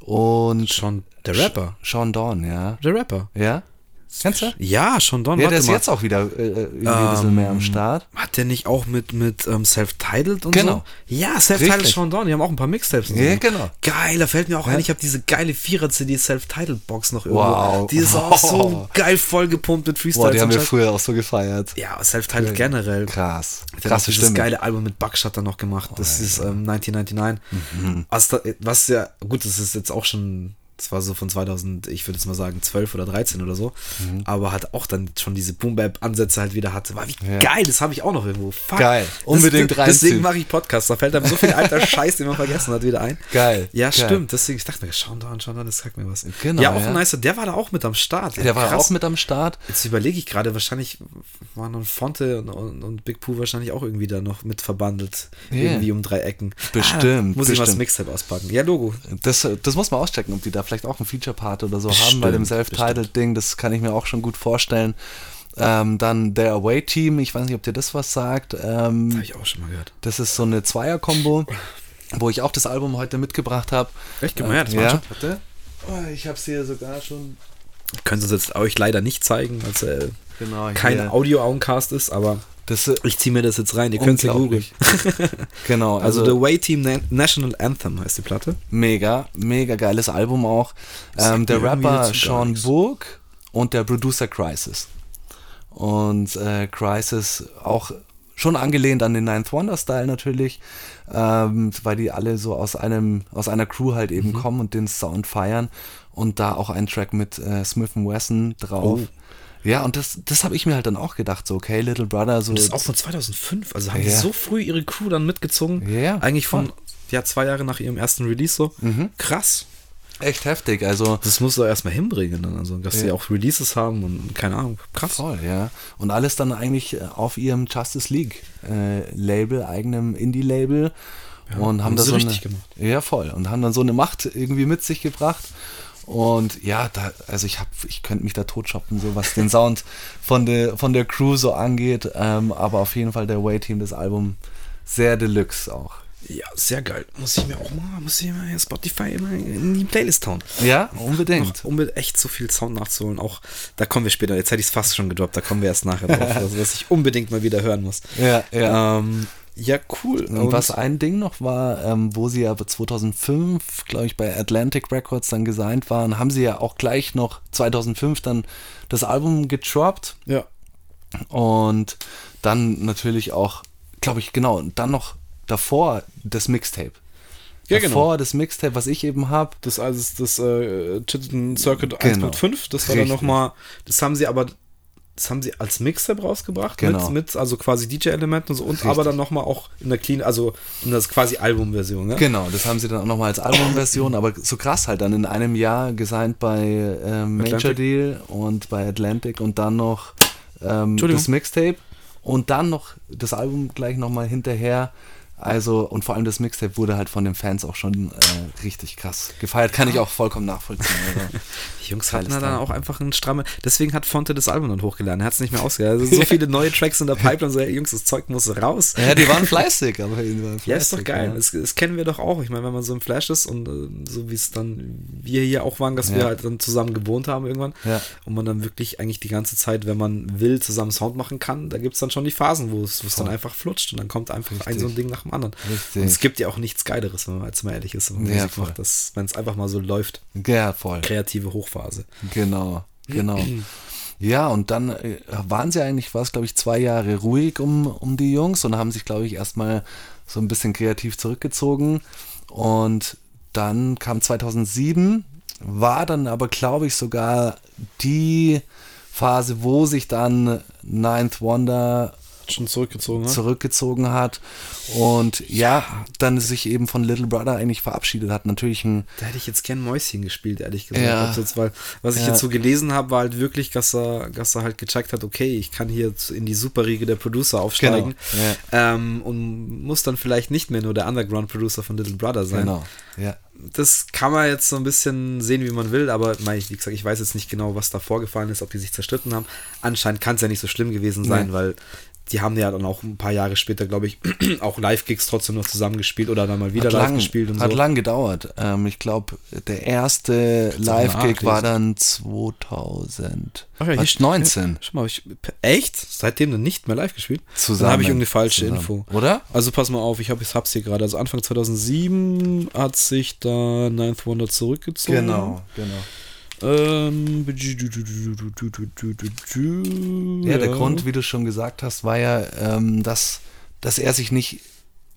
B: Und
A: Schon der Rapper.
B: Sch- Sean Dawn, ja.
A: Der Rapper.
B: Ja? Kennst du?
A: Ja, schon Don.
B: Ja,
A: warte
B: der ist
A: mal. Ähm,
B: jetzt auch wieder äh, irgendwie ein bisschen mehr am Start.
A: Hat der nicht auch mit, mit ähm, Self-Titled und
B: Genau.
A: so? Ja, Self-Titled
B: Richtig.
A: Sean Don. Die haben auch ein paar Mixtapes. und
B: Ja,
A: so.
B: genau.
A: Geil, da fällt mir auch ein, ich habe diese geile Vierer-CD Self-Titled-Box noch irgendwo.
B: Wow.
A: Die ist auch so
B: [laughs] Wow.
A: geil vollgepumpt mit Freestyles.
B: Boah, die haben
A: und
B: wir
A: Scheiß.
B: früher auch so gefeiert.
A: ja, Self-Titled generell.
B: Krass.
A: Der hat auch
B: Krasse
A: dieses
B: Stimme. Oh,
A: geile Album mit Buckshot dann noch gemacht. das ist ähm, 1999.
B: Mhm.
A: Was, da, was ja, gut, das ist jetzt auch schon, das war so von 2000, ich würde jetzt mal sagen 12 oder 13 oder so.
B: Mhm.
A: Aber hat auch dann schon diese Boom-Bap-Ansätze halt wieder hatte. War wie
B: Ja.
A: geil, das habe ich auch noch irgendwo. Fuck.
B: Geil,
A: Das-
B: unbedingt
A: das-
B: reinziehen.
A: Deswegen mache ich Podcasts. Da fällt einem so viel
B: [laughs]
A: alter Scheiß, den man vergessen hat, wieder ein.
B: Geil,
A: Ja,
B: geil.
A: stimmt. Deswegen, ich dachte mir, schau da an, schau da, das sagt mir was.
B: Genau,
A: Ja, auch
B: ja.
A: ein nicer, der war da auch mit am Start.
B: Der war
A: Krass.
B: auch mit am Start.
A: Jetzt überlege ich gerade, wahrscheinlich waren dann Fonte und, und, und Big Pooh wahrscheinlich auch irgendwie da noch mit verbandelt.
B: Ja.
A: Irgendwie um drei Ecken.
B: Bestimmt,
A: Ah, muss ich mal das
B: bestimmt. Hm.
A: Mixtape auspacken. Ja, Logo.
B: Das, das muss man auschecken, ob die da vielleicht auch einen Feature-Part oder so haben
A: Bestimmt,
B: bei dem Self-Titled-Ding. Das kann ich mir auch schon gut vorstellen. Ähm, dann der Away-Team, ich weiß nicht, ob dir das was sagt. Ähm,
A: Habe ich auch schon mal gehört.
B: das ist so eine Zweier-Kombo, wo ich auch das Album heute mitgebracht habe.
A: Echt? Gib mal her, das war
B: ja.
A: schon-
B: Warte. Oh, ich habe es hier sogar schon.
A: Können Sie es jetzt euch leider nicht zeigen, weil es äh,
B: Genau,
A: kein
B: hier.
A: Audio-Auncast ist, aber
B: Das äh, ist
A: ich ziehe mir das jetzt rein. Ihr könnt es ja googeln.
B: unglaublich. [laughs] genau,
A: Also,
B: also,
A: The Way Team Na National Anthem heißt die Platte.
B: mega, mega geiles Album auch.
A: sagt
B: Ähm, der
A: mir irgendwie
B: Rapper
A: dazu gar
B: Sean
A: nichts.
B: Burke und der Producer Crisis. Und äh, Crisis auch schon angelehnt an den Ninth Wonder Style natürlich, ähm, weil die alle so aus einem aus einer Crew halt
A: Mhm.
B: eben kommen und den Sound feiern und da auch ein Track mit äh, Smith Wesson drauf.
A: Oh.
B: Ja, und das, das habe ich mir halt dann auch gedacht, so okay, Little Brother, so
A: Das ist auch von 2005. Also haben die
B: Ja.
A: so früh ihre Crew dann mitgezogen.
B: Ja, ja,
A: Eigentlich von
B: voll. Mhm.
A: ja, zwei Jahre nach ihrem ersten Release so. Krass.
B: echt heftig, also
A: Das muss er erstmal hinbringen, dann. Also, dass sie
B: Ja.
A: auch Releases haben und keine Ahnung. Krass.
B: Voll, ja. Und alles dann eigentlich äh, auf ihrem Justice League äh, Label, eigenem Indie-Label. und haben,
A: haben
B: da
A: sie
B: so eine,
A: richtig gemacht.
B: Ja, voll. Und haben dann so eine Macht irgendwie mit sich gebracht. Und ja, da, also ich hab, ich könnte mich da totschoppen, so was den Sound von der von der Crew so angeht. Ähm, aber auf jeden Fall der Way Team das Album sehr deluxe auch.
A: Ja, sehr geil. Muss ich mir auch mal, muss ich mir Spotify immer in die Playlist hauen.
B: Ja, unbedingt.
A: Noch, um mit echt so viel Sound nachzuholen. Auch da kommen wir später. Jetzt hätte ich es fast schon gedroppt. Da kommen wir erst nachher
B: [laughs]
A: drauf. also, dass ich unbedingt mal wieder hören muss.
B: Ja, ja.
A: Ähm, ja, cool.
B: Und, was ein Ding noch war, ähm, wo sie ja 2005, glaube ich, bei Atlantic Records dann gesigned waren, haben sie ja auch gleich noch 2005 dann das Album getroppt
A: Ja.
B: und dann natürlich auch, glaube ich, genau, und dann noch davor das Mixtape.
A: Ja, genau.
B: davor das Mixtape, was ich eben habe.
A: Das also das äh, Chiton Circuit
B: Genau.
A: 1.5, das war dann
B: Richtig.
A: nochmal, das haben sie aber, das haben sie als Mixtape rausgebracht,
B: Genau.
A: mit, mit, also quasi DJ-Elementen und so, und aber dann nochmal auch in der Clean, also in das quasi Album-Version, ne?
B: Genau, das haben sie dann auch nochmal als Albumversion, aber so krass halt dann in einem Jahr gesigned bei ähm, Major
A: Atlantic.
B: Deal und bei Atlantic und dann noch ähm,
A: Entschuldigung.
B: das Mixtape und dann noch das Album gleich nochmal hinterher. Also, und vor allem das Mixtape wurde halt von den Fans auch schon äh, richtig krass gefeiert. Kann ich auch vollkommen nachvollziehen.
A: [laughs]
B: Also.
A: Die Jungs hatten
B: Geiles
A: da dann
B: Teil.
A: auch einfach einen stramme, deswegen hat Fonte das Album dann hochgeladen, er hat es nicht mehr ausgeladen. Also so
B: [laughs]
A: viele neue Tracks in der Pipeline, so, hey, Jungs, das Zeug muss raus.
B: ja, die waren fleißig, aber die waren fleißig.
A: Ja, ist doch geil.
B: ja.
A: Das, das kennen wir doch auch. Ich meine, wenn man so im Flash ist und äh, so wie es dann wir hier auch waren, dass wir
B: Ja.
A: halt dann zusammen gewohnt haben irgendwann
B: Ja.
A: und man dann wirklich eigentlich die ganze Zeit, wenn man will, zusammen Sound machen kann, da gibt es dann schon die Phasen, wo es wo es dann einfach flutscht und dann kommt einfach ein so ein Ding nach dem anderen.
B: Richtig.
A: Und es gibt ja auch nichts Geileres, wenn man jetzt mal ehrlich ist, wenn man
B: Ja,
A: Musik
B: voll.
A: macht, dass- wenn es einfach mal so läuft.
B: Ja, voll.
A: Kreative Hochphase.
B: Genau, genau. Ja, und dann äh, waren sie eigentlich, war es glaube ich, zwei Jahre ruhig um, um die Jungs und haben sich, glaube ich, erstmal so ein bisschen kreativ zurückgezogen. Und dann kam 2007, war dann aber, glaube ich, sogar die Phase, wo sich dann Ninth Wonder
A: Schon zurückgezogen, ne?
B: zurückgezogen hat und ja, dann sich eben von Little Brother eigentlich verabschiedet hat. Natürlich ein
A: Da hätte ich jetzt gern Mäuschen gespielt, ehrlich gesagt.
B: Ja.
A: Ob's Jetzt, weil, was ich
B: Ja.
A: jetzt so gelesen habe, war halt wirklich, dass er, dass er halt gecheckt hat, okay, ich kann hier zu- in die Superriege der Producer aufsteigen
B: Genau,
A: ähm, und muss dann vielleicht nicht mehr nur der Underground-Producer von Little Brother sein.
B: genau, ja.
A: Das kann man jetzt so ein bisschen sehen, wie man will, aber mein, ich, wie gesagt, ich weiß jetzt nicht genau, was da vorgefallen ist, ob die sich zerstritten haben. Anscheinend kann es ja nicht so schlimm gewesen sein,
B: Nee.
A: weil die haben ja dann auch ein paar Jahre später, glaube ich, [clears throat] auch Live-Gigs trotzdem noch zusammengespielt oder dann mal wieder live
B: lang,
A: gespielt und
B: hat
A: so.
B: lang gedauert. Ähm, ich glaube, der erste Live-Gig
A: nachlesen.
B: war dann 2000.
A: Ach ja, hier
B: was,
A: steht-
B: 19.
A: Schau mal, ich, echt? Seitdem dann nicht mehr live gespielt?
B: Zusammen.
A: Dann habe ich irgendeine falsche
B: Zusammen.
A: Info.
B: Oder?
A: Also pass mal auf, ich habe es hab's hier gerade. Also Anfang 2007 hat sich da Ninth Wonder zurückgezogen.
B: genau.
A: Ähm, ja,
B: Ja, der Grund, wie du schon gesagt hast, war ja, ähm, dass, dass er sich nicht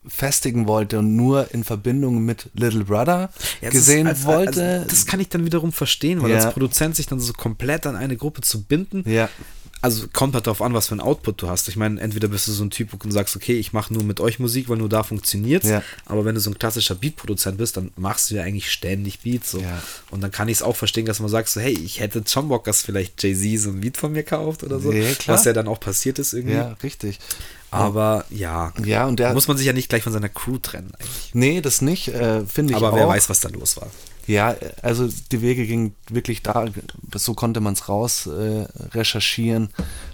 B: festigen wollte und nur in Verbindung mit Little Brother
A: Ja, das ist-
B: gesehen
A: als-
B: wollte.
A: Also, das kann ich dann wiederum verstehen, weil
B: Ja.
A: als Produzent sich dann so komplett an eine Gruppe zu binden,
B: ja,
A: also kommt halt darauf an, was für ein Output du hast. Ich meine, entweder bist du so ein Typ und sagst, okay, ich mache nur mit euch Musik, weil nur da funktioniert's.
B: Ja.
A: Aber wenn du so ein klassischer Beat-Produzent bist, dann machst du ja eigentlich ständig Beats. So.
B: Ja.
A: Und dann kann ich es auch verstehen, dass man sagt, so, hey, ich hätte schon Bock, dass vielleicht Jay-Z so ein Beat von mir kauft oder so.
B: Ja, klar.
A: Was ja dann auch passiert ist irgendwie.
B: ja, richtig.
A: Aber ja,
B: Ja, und der.
A: muss man sich ja nicht gleich von seiner Crew trennen eigentlich.
B: nee, das nicht, äh, finde ich auch.
A: Aber wer weiß, was da los war.
B: Ja, also die Wege gingen wirklich da, so konnte man es raus äh, recherchieren,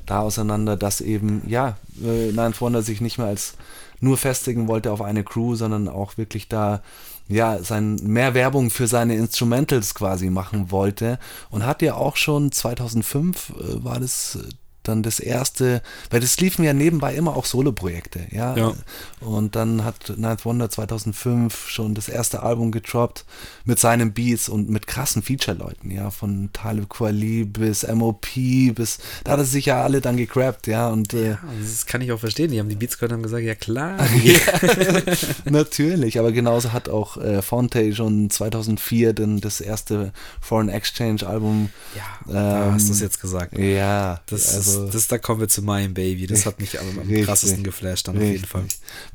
B: da auseinander, dass eben, ja, äh, Nine Wonder sich nicht mehr als nur festigen wollte auf eine Crew, sondern auch wirklich da, ja, sein, mehr Werbung für seine Instrumentals quasi machen wollte und hat ja auch schon 2005 äh, war das äh, dann das erste, weil das liefen ja nebenbei immer auch Solo-Projekte, ja?
A: Ja.
B: Und dann hat Ninth Wonder 2005 schon das erste Album getroppt mit seinen Beats und mit krassen Feature-Leuten, ja, von Talib Kweli bis MOP bis, da hat er sich ja alle dann gegrabt, ja, und äh,
A: Ja, das kann ich auch verstehen. Die haben die Beats gehört und haben gesagt, ja klar.
B: [laughs] Natürlich, aber genauso hat auch äh, Fonte schon 2004 dann das erste Foreign Exchange Album.
A: Ja, da hast du es
B: Ähm,
A: jetzt gesagt.
B: Ja,
A: Das,
B: also
A: ist, das, da kommen wir zu meinem Baby. Das hat mich am, am
B: [laughs] Richtig.
A: krassesten geflasht, dann auf jeden
B: richtig.
A: Fall.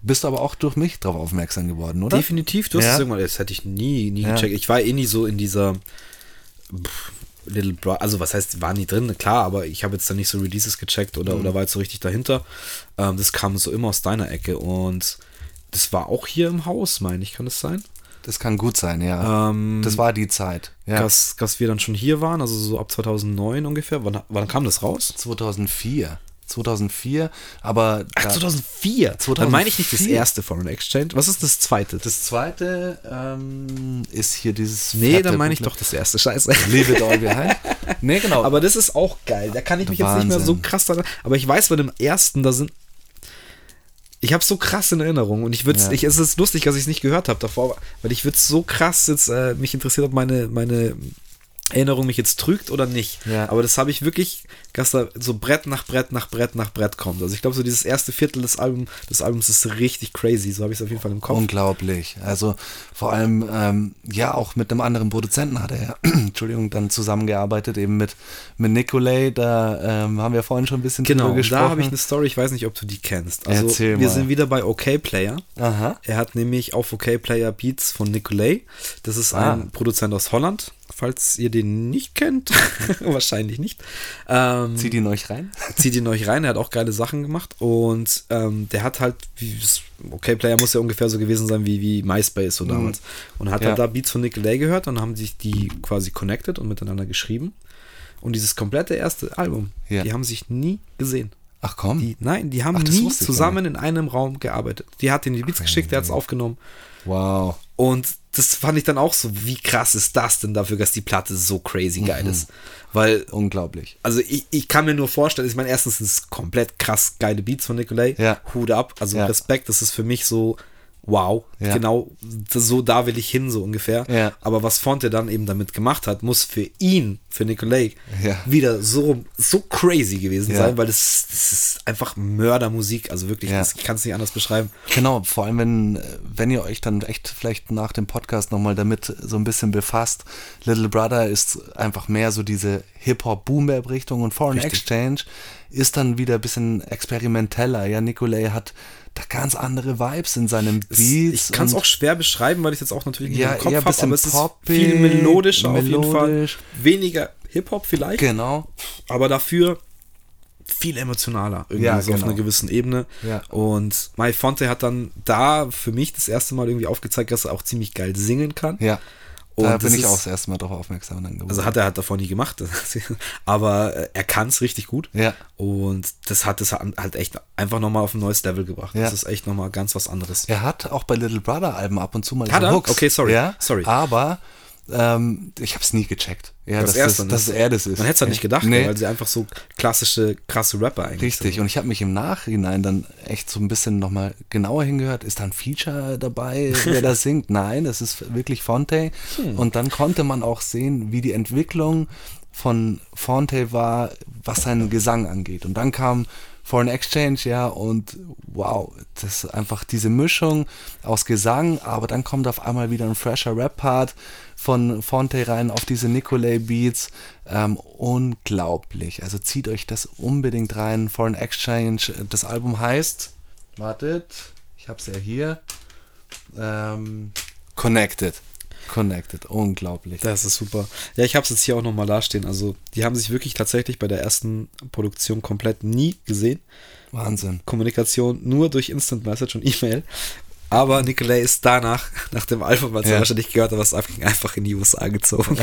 B: Bist du aber auch durch mich darauf aufmerksam geworden, oder?
A: Definitiv, du hast
B: Ja.
A: es irgendwann, das hätte ich nie, nie
B: Ja.
A: gecheckt. Ich war eh nie so in dieser pff, Little Bro, also was heißt, war nie drin, klar, aber ich habe jetzt da nicht so Releases gecheckt oder,
B: Mhm.
A: oder war jetzt so richtig dahinter. Ähm, das kam so immer aus deiner Ecke und das war auch hier im Haus, meine ich, kann das sein?
B: Das kann gut sein, ja.
A: Ähm,
B: das war die Zeit. Ja.
A: Dass, dass wir dann schon hier waren, also so ab 2009 ungefähr. Wann, wann kam das raus?
B: 2004. 2004, aber
A: Ach,
B: da-
A: 2004. Dann meine ich nicht das
B: 2004.
A: erste Foreign Exchange. Was ist das zweite?
B: das zweite ähm, ist hier dieses.
A: nee,
B: fette
A: dann meine ich
B: Booklet.
A: doch das erste. Scheiße.
B: halt Leave it
A: [laughs]
B: all behind. Nee, genau.
A: Aber das ist auch geil. Da kann ich mich jetzt nicht mehr so
B: Wahnsinn.
A: krass daran. Aber ich weiß, bei dem ersten, da sind. Ich habe so krass in Erinnerung und ich würde
B: Ja.
A: ich, es ist lustig, dass ich es nicht gehört habe davor, weil ich würde so krass jetzt äh, mich interessiert, ob meine meine Erinnerung mich jetzt trügt oder nicht.
B: Ja.
A: Aber das habe ich wirklich, dass da so Brett nach Brett nach Brett nach Brett kommt. Also ich glaube, so dieses erste Viertel des Albums des Albums ist richtig crazy. So habe ich es auf jeden Fall im Kopf.
B: Unglaublich. Also vor allem, ähm, ja, auch mit einem anderen Produzenten hat er ja, [clears throat] Entschuldigung, dann zusammengearbeitet, eben mit, mit Nicolay. Da ähm, haben wir vorhin schon ein bisschen
A: Genau,
B: drüber
A: und
B: gesprochen.
A: da habe ich eine Story, ich weiß nicht, ob du die kennst. Also
B: Erzähl
A: wir
B: mal.
A: sind wieder bei OK Player.
B: Aha.
A: Er hat nämlich auf OK Player Beats von Nicolay. Das ist
B: Ah.
A: ein Produzent aus Holland, falls ihr den nicht
B: [laughs]
A: kennt. [laughs] Wahrscheinlich nicht. Ähm,
B: Zieht ihn euch
A: [laughs]
B: rein?
A: zieht ihn euch rein, er hat auch geile Sachen gemacht und ähm, der hat halt, wie, okay, Player muss ja ungefähr so gewesen sein wie, wie MySpace so damals und hat
B: Mhm. Ja.
A: halt da Beats von Nick Lay gehört und haben sich die quasi connected und miteinander geschrieben und dieses komplette erste Album,
B: Ja.
A: die haben sich nie gesehen.
B: Ach komm.
A: Die, nein, die haben
B: Ach, das
A: nie
B: wusste ich gar
A: zusammen in einem Raum gearbeitet. Die hat ihm die Beats geschickt, der hat es aufgenommen
B: Wow.
A: und das fand ich dann auch so, wie krass ist das denn dafür, dass die Platte so crazy geil
B: Mhm.
A: ist, weil
B: Unglaublich.
A: also ich, ich kann mir nur vorstellen, ich meine, erstens sind es komplett krass geile Beats von Nicolay.
B: Ja.
A: Hut ab, also
B: Ja.
A: Respekt, das ist für mich so, wow,
B: Ja.
A: genau das- so da will ich hin, so ungefähr.
B: Ja.
A: Aber was Fonte dann eben damit gemacht hat, muss für ihn, für Nicolay,
B: Ja.
A: wieder so, so crazy gewesen
B: Ja.
A: sein, weil das, das ist einfach Mördermusik, also wirklich,
B: Ja.
A: das, ich kann es nicht anders beschreiben.
B: Genau, vor allem wenn, äh, wenn ihr euch dann echt vielleicht nach dem Podcast nochmal damit so ein bisschen befasst. Little Brother ist einfach mehr so diese Hip-Hop-Boom-Bap-Richtung und Foreign
A: Richtig.
B: Exchange ist dann wieder ein bisschen experimenteller. Ja, Nicolay hat da ganz andere Vibes in seinem
A: Es-
B: Beat.
A: ich kann es auch schwer beschreiben, weil ich jetzt auch natürlich nicht
B: Ja,
A: im Kopf
B: eher ein
A: habe,
B: bisschen
A: aber es
B: poppig,
A: ist viel melodischer auf jeden
B: melodisch.
A: Fall. Weniger Hip-Hop vielleicht.
B: Genau.
A: aber dafür viel emotionaler irgendwie
B: Ja,
A: so auf
B: genau.
A: einer gewissen Ebene.
B: Ja.
A: Und Mai Fonte hat dann da für mich das erste Mal irgendwie aufgezeigt, dass er auch ziemlich geil singen kann.
B: Ja.
A: Und
B: da bin
A: das
B: ich
A: ist-
B: auch das erste Mal drauf aufmerksam dann geworden.
A: Also hat er hat davon nie gemacht, [laughs] aber äh, er kann es richtig gut.
B: Ja.
A: Und das hat es halt echt einfach nochmal auf ein neues Level gebracht.
B: Ja.
A: Das ist echt nochmal ganz was anderes.
B: Er hat auch bei Little Brother Alben ab und zu mal
A: Hat
B: so
A: er?
B: Hooks.
A: Okay, sorry,
B: Ja,
A: sorry.
B: Aber ähm, ich habe es nie gecheckt. Ja,
A: Das
B: dass,
A: Erste,
B: das,
A: ne?
B: dass er das ist.
A: Man hätte es halt
B: Ja.
A: nicht gedacht,
B: Nee,
A: weil sie einfach so klassische, krasse Rapper eigentlich
B: richtig. Und ich habe mich im Nachhinein dann echt so ein bisschen nochmal genauer hingehört. Ist da ein Feature dabei, wer da singt? Nein, das ist wirklich Fonte. Und dann konnte man auch sehen, wie die Entwicklung von Fonte war, was seinen Gesang angeht. Und dann kam Foreign Exchange, ja, und wow, das ist einfach diese Mischung aus Gesang, aber dann kommt auf einmal wieder ein fresher Rap-Part von Fonte rein auf diese Nicolay-Beats. Ähm, unglaublich. Also zieht euch das unbedingt rein. Foreign Exchange, das Album heißt, wartet, ich hab's ja hier, ähm, Connected. Connected, unglaublich.
A: Das ist super. Ja, ich habe es jetzt hier auch nochmal dastehen. Also, die haben sich wirklich tatsächlich bei der ersten Produktion komplett nie gesehen.
B: Wahnsinn.
A: Kommunikation nur durch Instant Message und E-Mail. Aber Nicolay ist danach, [laughs] nach dem Album, als
B: Ja.
A: er wahrscheinlich gehört hat, was abging, einfach in die USA gezogen.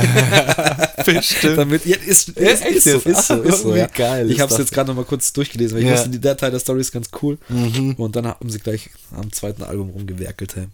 B: [laughs] Bestimmt.
A: Damit, ja, ist, ist,
B: Ja,
A: ist,
B: echt
A: so,
B: jetzt?
A: ist
B: [laughs]
A: so, ist so.
B: Wie
A: Ja.
B: geil
A: ich
B: ist
A: habe es
B: das
A: jetzt gerade nochmal kurz durchgelesen, weil ich
B: Ja. Mhm.
A: wusste, die Datei der Story ist ganz cool. Und dann haben sie gleich am zweiten Album rumgewerkelt. Hey.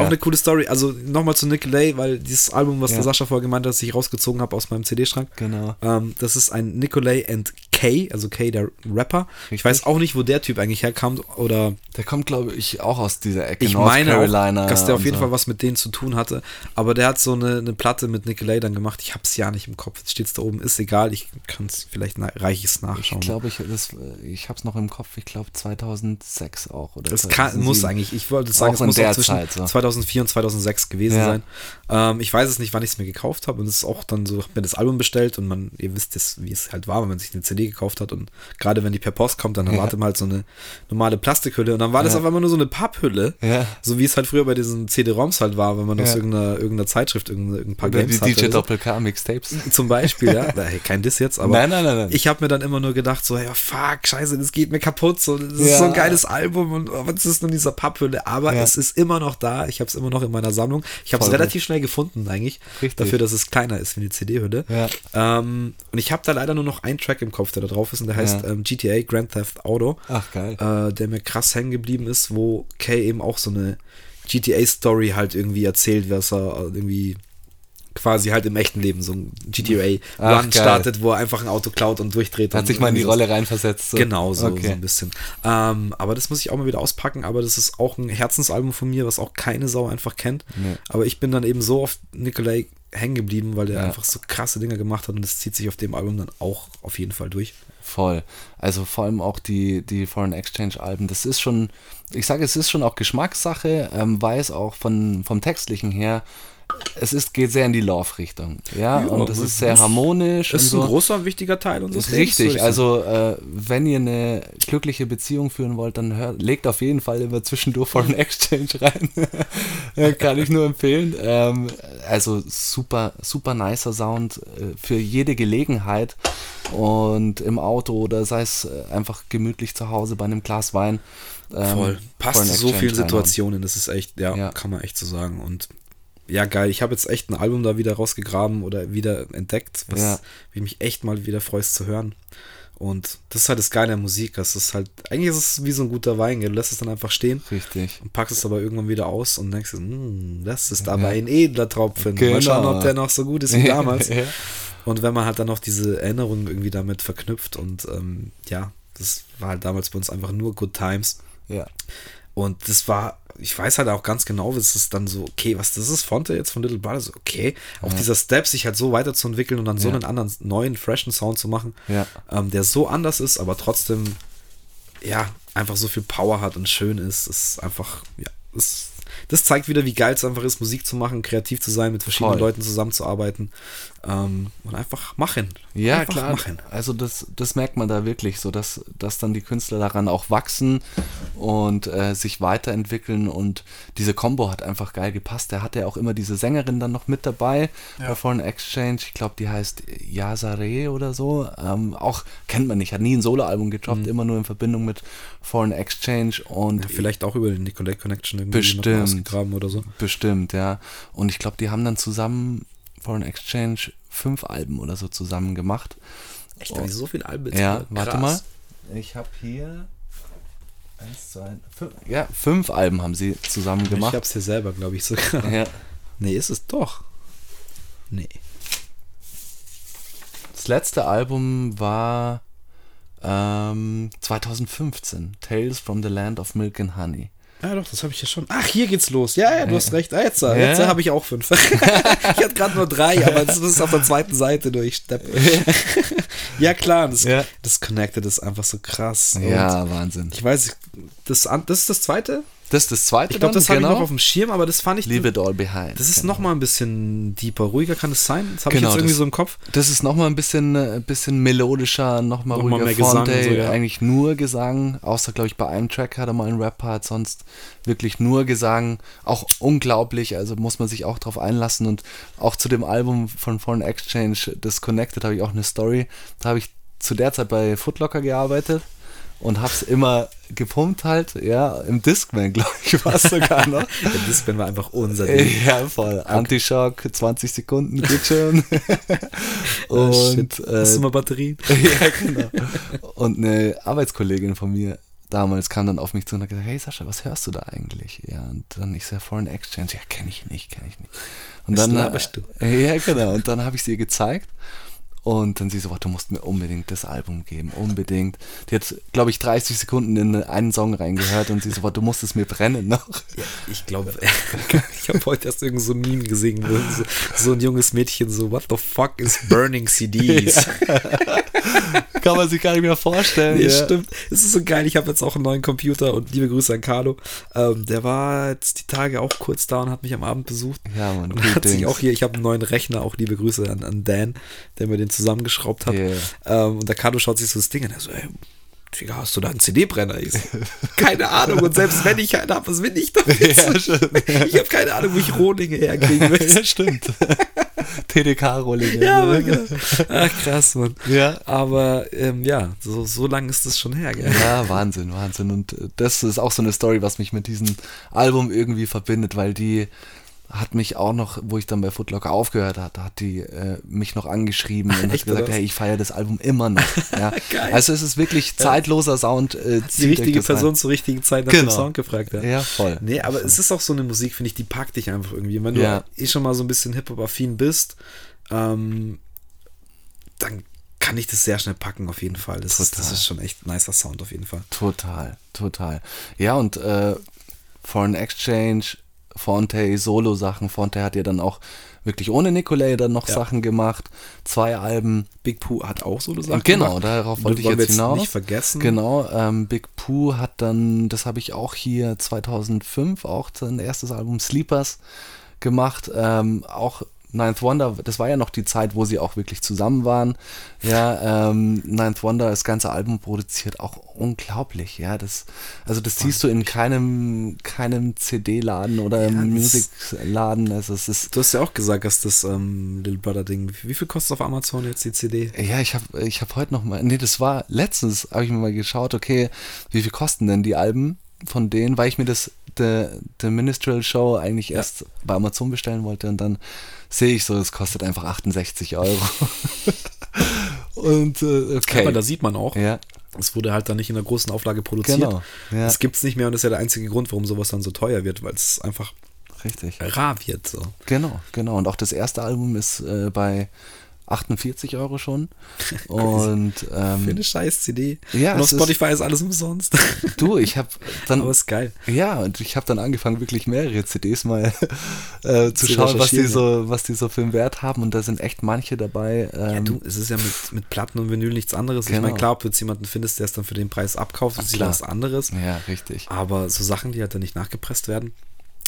A: Ja, auch eine coole Story. Also nochmal zu Nicolay, weil dieses Album, was
B: Ja.
A: der Sascha vorher gemeint hat, das ich rausgezogen habe aus meinem CD-Schrank,
B: Genau.
A: ähm, das ist ein Nicolay and K, also K, der Rapper. Ich weiß auch nicht, wo der Typ eigentlich herkam oder
B: Der kommt, glaube ich, auch aus dieser Ecke.
A: ich
B: North
A: meine,
B: Carolina
A: auch, dass der auf
B: und
A: jeden
B: so.
A: Fall was mit denen zu tun hatte. Aber der hat so eine, eine Platte mit Nicolay dann gemacht. Ich hab's ja nicht im Kopf. Jetzt steht's da oben. Ist egal. Ich kann's vielleicht na- reich ich's
B: Ich
A: nachschauen.
B: glaube, ich, das- äh, ich habe es noch im Kopf. Ich glaube 2006 auch oder
A: es kann, muss
B: 2007.
A: eigentlich. Ich wollte sagen,
B: Auch
A: es
B: in
A: muss auch
B: der
A: zwischen
B: Zeit so.
A: 2004 und 2006 gewesen
B: Ja.
A: sein. Ähm, ich weiß es nicht, wann ich es mir gekauft habe. Und es ist auch dann so, ich habe mir das Album bestellt und man, ihr wisst es, wie es halt war, wenn man sich eine CD gekauft hat. Und gerade wenn die per Post kommt, dann erwartet man halt so eine normale Plastikhülle. Und dann war das auf einmal nur so eine Papphülle.
B: Ja.
A: So wie es halt früher bei diesen CD-ROMs halt war, wenn man aus
B: Ja.
A: irgendeiner, irgendeiner Zeitschrift irgendeine, irgendein paar
B: Oder
A: Games
B: die
A: hatte.
B: DJ
A: oder so.
B: Doppel K Mixtapes.
A: [laughs] Zum Beispiel, ja. Na, hey, Kein Diss jetzt, aber
B: Nein, nein, nein, nein.
A: ich habe mir dann immer nur gedacht, so, ja, fuck, scheiße, das geht mir kaputt. So, das ist
B: Ja.
A: so ein geiles Album und oh, was ist denn dieser Papphülle? Aber
B: Ja.
A: es ist immer noch da. Ich habe es immer noch in meiner Sammlung. Ich habe es
B: Voll gut.
A: relativ schnell gefunden, eigentlich.
B: Richtig.
A: Dafür, dass es kleiner ist wie eine CD-Hülle. Ähm, und ich habe da leider nur noch einen Track im Kopf, der da drauf ist und der heißt
B: Ja.
A: ähm, GTA Grand Theft Auto.
B: Ach, geil.
A: Äh, der mir krass hängen geblieben ist, wo Kay eben auch so eine GTA-Story halt irgendwie erzählt, was er äh, irgendwie quasi halt im echten Leben so ein
B: Ach,
A: GTA-Run
B: geil.
A: startet, wo er einfach ein Auto klaut und durchdreht.
B: Hat
A: und
B: sich mal in die
A: irgendwie so-
B: Rolle reinversetzt.
A: [laughs]
B: So.
A: Genau, so, so
B: Okay.
A: ein bisschen. Ähm, aber das muss ich auch mal wieder auspacken, aber das ist auch ein Herzensalbum von mir, was auch keine Sau einfach kennt.
B: Nee.
A: Aber ich bin dann eben so auf Nikolai hängen geblieben, weil der einfach so krasse Dinge gemacht hat und das zieht sich auf dem Album dann auch auf jeden Fall durch.
B: Voll. Also vor allem auch die, die Foreign Exchange Alben. Das ist schon, ich sage, es ist schon auch Geschmackssache, ähm, weil es auch von, vom Textlichen her, es ist, geht sehr in die Love-Richtung. Ja,
A: Ja,
B: und
A: das
B: es ist sehr harmonisch.
A: Ist
B: und
A: ein
B: so.
A: großer, wichtiger Teil unseres
B: Ist
A: Lebens, würde
B: richtig.
A: ich sagen.
B: Also, äh, wenn ihr eine glückliche Beziehung führen wollt, dann hört, legt auf jeden Fall immer
A: [laughs]
B: zwischendurch Foreign Exchange rein. [laughs] Äh, Kann ich nur empfehlen. Ähm, also, super, super nicer Sound äh, für jede Gelegenheit. Und im Auto oder sei es äh, einfach gemütlich zu Hause bei einem Glas Wein. ähm,
A: Voll. Passt
B: Foreign
A: zu so
B: Exchange
A: vielen
B: reinhauen.
A: Situationen. Das ist echt, ja,
B: Ja.
A: kann man echt so sagen. Und ja, geil. Ich habe jetzt echt ein Album da wieder rausgegraben oder wieder entdeckt, was
B: Ja.
A: wie mich echt mal wieder freut zu hören. Und das ist halt das Geile der Musik. Das ist halt, eigentlich ist es wie so ein guter Wein. gell? Du lässt es dann einfach stehen
B: Richtig.
A: und packst es aber irgendwann wieder aus und denkst, dir, "Hm, das ist aber ein edler Tropfen.
B: Genau.
A: Mal schauen, ob der noch so gut ist wie damals.
B: [laughs] Ja.
A: Und wenn man halt dann noch diese Erinnerungen irgendwie damit verknüpft und ähm, ja, das war halt damals bei uns einfach nur Good Times.
B: ja.
A: Und das war, ich weiß halt auch ganz genau, es ist dann so, okay, was das ist, Fonte jetzt von Little Brother, so, okay. Auch dieser Step, sich halt so weiterzuentwickeln und dann so
B: Ja.
A: einen anderen, neuen, freshen Sound zu machen,
B: Ja.
A: ähm, der so anders ist, aber trotzdem, ja, einfach so viel Power hat und schön ist, ist einfach, ja, ist, das zeigt wieder, wie geil es einfach ist, Musik zu machen, kreativ zu sein, mit verschiedenen
B: Voll.
A: Leuten zusammenzuarbeiten ähm, und einfach machen.
B: Ja,
A: einfach
B: klar.
A: Machen.
B: Also das, das merkt man da wirklich so, dass, dass dann die Künstler daran auch wachsen und äh, sich weiterentwickeln und diese Combo hat einfach geil gepasst. Der hatte ja auch immer diese Sängerin dann noch mit dabei bei Foreign Exchange. Ich glaube, die heißt Yazare oder so. Ähm, auch kennt man nicht, hat nie ein Soloalbum gedroppt, immer nur in Verbindung mit Foreign Exchange und
A: Mhm. Ja, vielleicht auch über den Nicolay Connection irgendwie noch mal
B: Bestimmt.
A: ausgegraben oder so.
B: Bestimmt, ja. Und ich glaube, die haben dann zusammen Foreign Exchange fünf Alben oder so zusammen gemacht.
A: Echt, da hab ich so viel Alben. jetzt
B: Ja,
A: gehört.
B: warte
A: Krass.
B: mal. Ich habe hier eins, zwei, fünf, ja, fünf Alben haben sie zusammen
A: Ich
B: gemacht.
A: hab's hier selber, glaube ich, sogar.
B: Ja.
A: Nee, ist es doch. Nee.
B: Das letzte Album war ähm, 2015, Tales from the Land of Milk and Honey.
A: Ja, Ah, doch, das habe ich ja schon. Ach, hier geht's los. Ja, ja, du hast recht. Ah, jetzt jetzt
B: Ja.
A: habe ich auch fünf. [laughs] ich hatte gerade nur drei, aber das ist auf der zweiten Seite durch. [laughs] Stepp. ja, klar. Das,
B: Ja.
A: das Connected ist einfach so krass. Und
B: Ja, Wahnsinn.
A: Ich weiß, ich- das, an- das ist das zweite.
B: Das ist das zweite
A: Ich glaube, das genau. habe
B: dann, Genau.
A: ich noch auf dem Schirm, aber das fand ich.
B: Leave It All Behind.
A: das ist
B: genau.
A: noch mal ein bisschen deeper. Ruhiger kann es sein. Das habe
B: Genau,
A: ich jetzt irgendwie
B: das-
A: so im [laughs] Kopf.
B: Das ist nochmal ein bisschen, äh, bisschen melodischer, nochmal
A: Noch
B: noch
A: mal
B: ruhiger
A: mehr Gesang und
B: Fonte,
A: so, ja.
B: eigentlich nur Gesang, außer glaube ich bei einem Track hat er mal einen Rap-Part, sonst wirklich nur Gesang, auch unglaublich, also muss man sich auch drauf einlassen und auch zu dem Album von Foreign Exchange Disconnected habe ich auch eine Story, da habe ich zu der Zeit bei Footlocker gearbeitet und hab's immer gepumpt halt, ja, im Discman glaube ich war es sogar noch.
A: [laughs] Ja, Das werden wir einfach unser Ding.
B: [laughs] Ja, voll. Anti-Shock, 20 Sekunden,
A: [laughs]
B: geht schon. [laughs]
A: Ah,
B: und
A: shit. das
B: äh,
A: sind mal [laughs] Batterien.
B: ja, genau. Und eine Arbeitskollegin von mir damals kam dann auf mich zu und hat gesagt, hey Sascha, was hörst du da eigentlich? Ja, und dann ich so, Foreign Exchange, ja, kenne ich nicht, kenne ich nicht. Und
A: Was
B: [laughs] dann,
A: laberst
B: äh, ja, genau, und dann habe ich sie ihr gezeigt Und dann sie so, "Boah, du musst mir unbedingt das Album geben, unbedingt. Die hat, glaube ich, 30 Sekunden in einen Song reingehört und sie so, "Boah, du musst es mir
A: [laughs]
B: brennen noch.
A: Ich glaube, ich habe heute erst irgend so ein Meme gesehen, wo so, so ein junges Mädchen so, what the fuck is burning CDs?
B: Kann man sich gar nicht mehr
A: [laughs]
B: vorstellen.
A: Nee,
B: ja.
A: Stimmt. Es ist so geil. Ich habe jetzt auch einen neuen Computer und liebe Grüße an Carlo. Ähm, der war jetzt die Tage auch kurz da und hat mich am Abend besucht.
B: Ja, Mann,
A: und
B: gut
A: hat sich
B: Dings.
A: auch hier, ich habe einen neuen Rechner, auch liebe Grüße an, an Dan, der mir den zusammengeschraubt hat.
B: Yeah.
A: Ähm, und der Carlo schaut sich so das Ding an. Er so, ey, Digga, hast du da einen CD-Brenner? Ich so, keine Ahnung. Und selbst wenn ich einen habe, was will ich damit?
B: [laughs] Ja, stimmt.
A: Ich habe keine Ahnung, wo ich Rohlinge herkriegen will.
B: [laughs]
A: [laughs]
B: ja, stimmt. TDK-Rolling.
A: Ja, aber genau. Ach, krass, Mann.
B: Ja.
A: Aber ähm, ja, so, so lange ist das schon her, gell?
B: Ja, Wahnsinn, Wahnsinn. Und äh, das ist auch so eine Story, was mich mit diesem Album irgendwie verbindet, weil die hat mich auch noch, wo ich dann bei Footlocker aufgehört hatte, hat die äh, mich noch angeschrieben
A: [laughs]
B: und
A: Echt,
B: hat gesagt,
A: oder was?
B: hey, ich feiere das Album immer noch. Ja.
A: [laughs] Geil.
B: Also es ist wirklich zeitloser Sound. Äh,
A: die
B: zieht euch
A: richtige
B: das rein.
A: Person zur richtigen Zeit nach dem
B: Genau.
A: Sound gefragt hat.
B: Ja, voll.
A: Nee, aber es ist auch so eine Musik, finde ich, die packt dich einfach irgendwie. Wenn du
B: Ja.
A: eh schon mal so ein bisschen Hip-Hop-affin bist, ähm, dann kann ich das sehr schnell packen, auf jeden Fall. Das, ist, das
B: Total.
A: ist schon echt ein nicer Sound, auf jeden Fall.
B: Total, total. Ja, und äh, Foreign Exchange, Fonte, Solo-Sachen. Fonte hat ja dann auch wirklich ohne Nicolay dann noch
A: Ja.
B: Sachen gemacht. Zwei Alben.
A: Big Poo hat auch so eine
B: Und
A: Sache.
B: genau,
A: gemacht.
B: darauf
A: Das
B: wollte ich
A: wollen
B: jetzt,
A: wir jetzt
B: hinaus.
A: nicht vergessen.
B: Genau, ähm, Big Pooh hat dann, das habe ich auch hier 2005 auch sein erstes Album Sleepers gemacht. Ähm, auch Ninth Wonder, das war ja noch die Zeit, wo sie auch wirklich zusammen waren. Ja, ähm, Ninth Wonder, das ganze Album produziert auch unglaublich. Ja, das, also das siehst du in keinem, keinem CD-Laden oder
A: das-
B: Musikladen. Also es ist
A: Du hast ja auch gesagt, dass das ähm, Little Brother Ding, wie viel kostet auf Amazon jetzt die CD?
B: Ja, ich habe ich hab heute noch mal, nee, das war letztens, habe ich mir mal geschaut, okay, wie viel kosten denn die Alben von denen, weil ich mir das The, The Ministerial Show eigentlich erst bei Amazon bestellen wollte und dann sehe ich so, es kostet einfach 68 Euro.
A: [laughs]
B: und äh, okay.
A: Aber da sieht man auch,
B: ja,
A: Es wurde halt dann nicht in der großen Auflage produziert.
B: Genau, ja.
A: Das gibt es nicht mehr und das ist ja der einzige Grund, warum sowas dann so teuer wird, weil es einfach
B: richtig.
A: rar wird. So.
B: Genau, genau. Und auch das erste Album ist äh, bei 48 Euro
A: [laughs]
B: schon. Und
A: Für
B: ähm,
A: eine scheiß CD.
B: Ja,
A: und auf
B: es ist-
A: Spotify ist alles
B: [laughs]
A: umsonst.
B: du, ich habe dann
A: Aber ist geil.
B: Ja, und ich habe dann angefangen, wirklich mehrere CDs mal äh, zu
A: Zu
B: schauen, was die,
A: recherchieren,
B: so, was die so für einen Wert haben. Und da sind echt manche dabei. Ähm,
A: Ja, du, es ist ja mit, mit Platten und Vinyl nichts anderes. Ich
B: Genau.
A: meine, klar, ob du jetzt jemanden findest, der es dann für den Preis abkauft, ist wieder
B: klar.
A: was anderes.
B: ähm, ja, richtig.
A: Aber so Sachen, die halt dann nicht nachgepresst werden,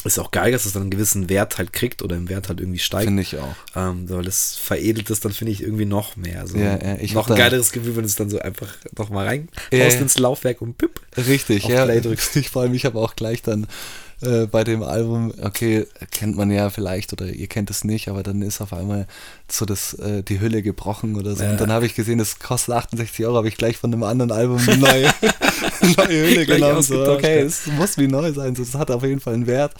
A: ist auch geil, dass es dann einen gewissen Wert halt kriegt oder im Wert halt irgendwie steigt.
B: Finde ich auch.
A: Ähm, weil das veredelt das dann, finde ich, irgendwie noch mehr. So
B: Ja, ja, ich
A: noch
B: hab
A: ein
B: da-
A: geileres Gefühl, wenn du es dann so einfach nochmal rein
B: Ja,
A: haust
B: ja.
A: ins Laufwerk und pip.
B: Richtig,
A: Auf
B: ja.
A: Play drückst.
B: Ich [laughs] vor allem, ich habe auch gleich dann äh, bei dem Album, okay, kennt man ja vielleicht oder ihr kennt es nicht, aber dann ist auf einmal so das, äh, die Hülle gebrochen oder so.
A: Ja.
B: Und dann habe ich gesehen, das kostet 68 Euro, habe ich gleich von einem anderen Album
A: [laughs]
B: eine neue, [laughs] neue Hülle
A: Gleich
B: genommen. So,
A: ausgetauscht,
B: okay,
A: ja.
B: es muss wie neu sein, so, es hat auf jeden Fall einen Wert.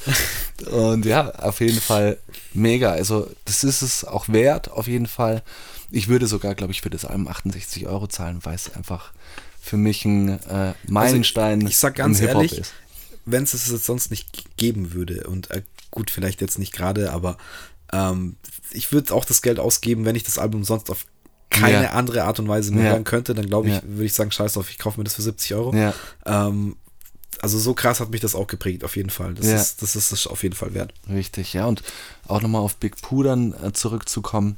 B: Und ja, auf jeden Fall mega. Also das ist es auch wert, auf jeden Fall. Ich würde sogar, glaube ich, für das Album 68 Euro zahlen, weil es einfach für mich ein äh, Meilenstein
A: Also, ich sag ganz
B: im Hip-Hop
A: ehrlich,
B: ist.
A: wenn es es jetzt sonst nicht g- geben würde, und äh, gut, vielleicht jetzt nicht gerade, aber ähm, ich würde auch das Geld ausgeben, wenn ich das Album sonst auf keine
B: Ja.
A: andere Art und Weise mehr
B: Ja.
A: hören könnte, dann glaube ich,
B: Ja.
A: würde ich sagen, scheiß drauf, ich kaufe mir das für 70 Euro.
B: Ja.
A: Ähm, also so krass hat mich das auch geprägt, auf jeden Fall. Das,
B: Ja.
A: ist, das ist es auf jeden Fall wert.
B: Richtig, ja. Und auch nochmal auf Big Pooh dann äh, zurückzukommen.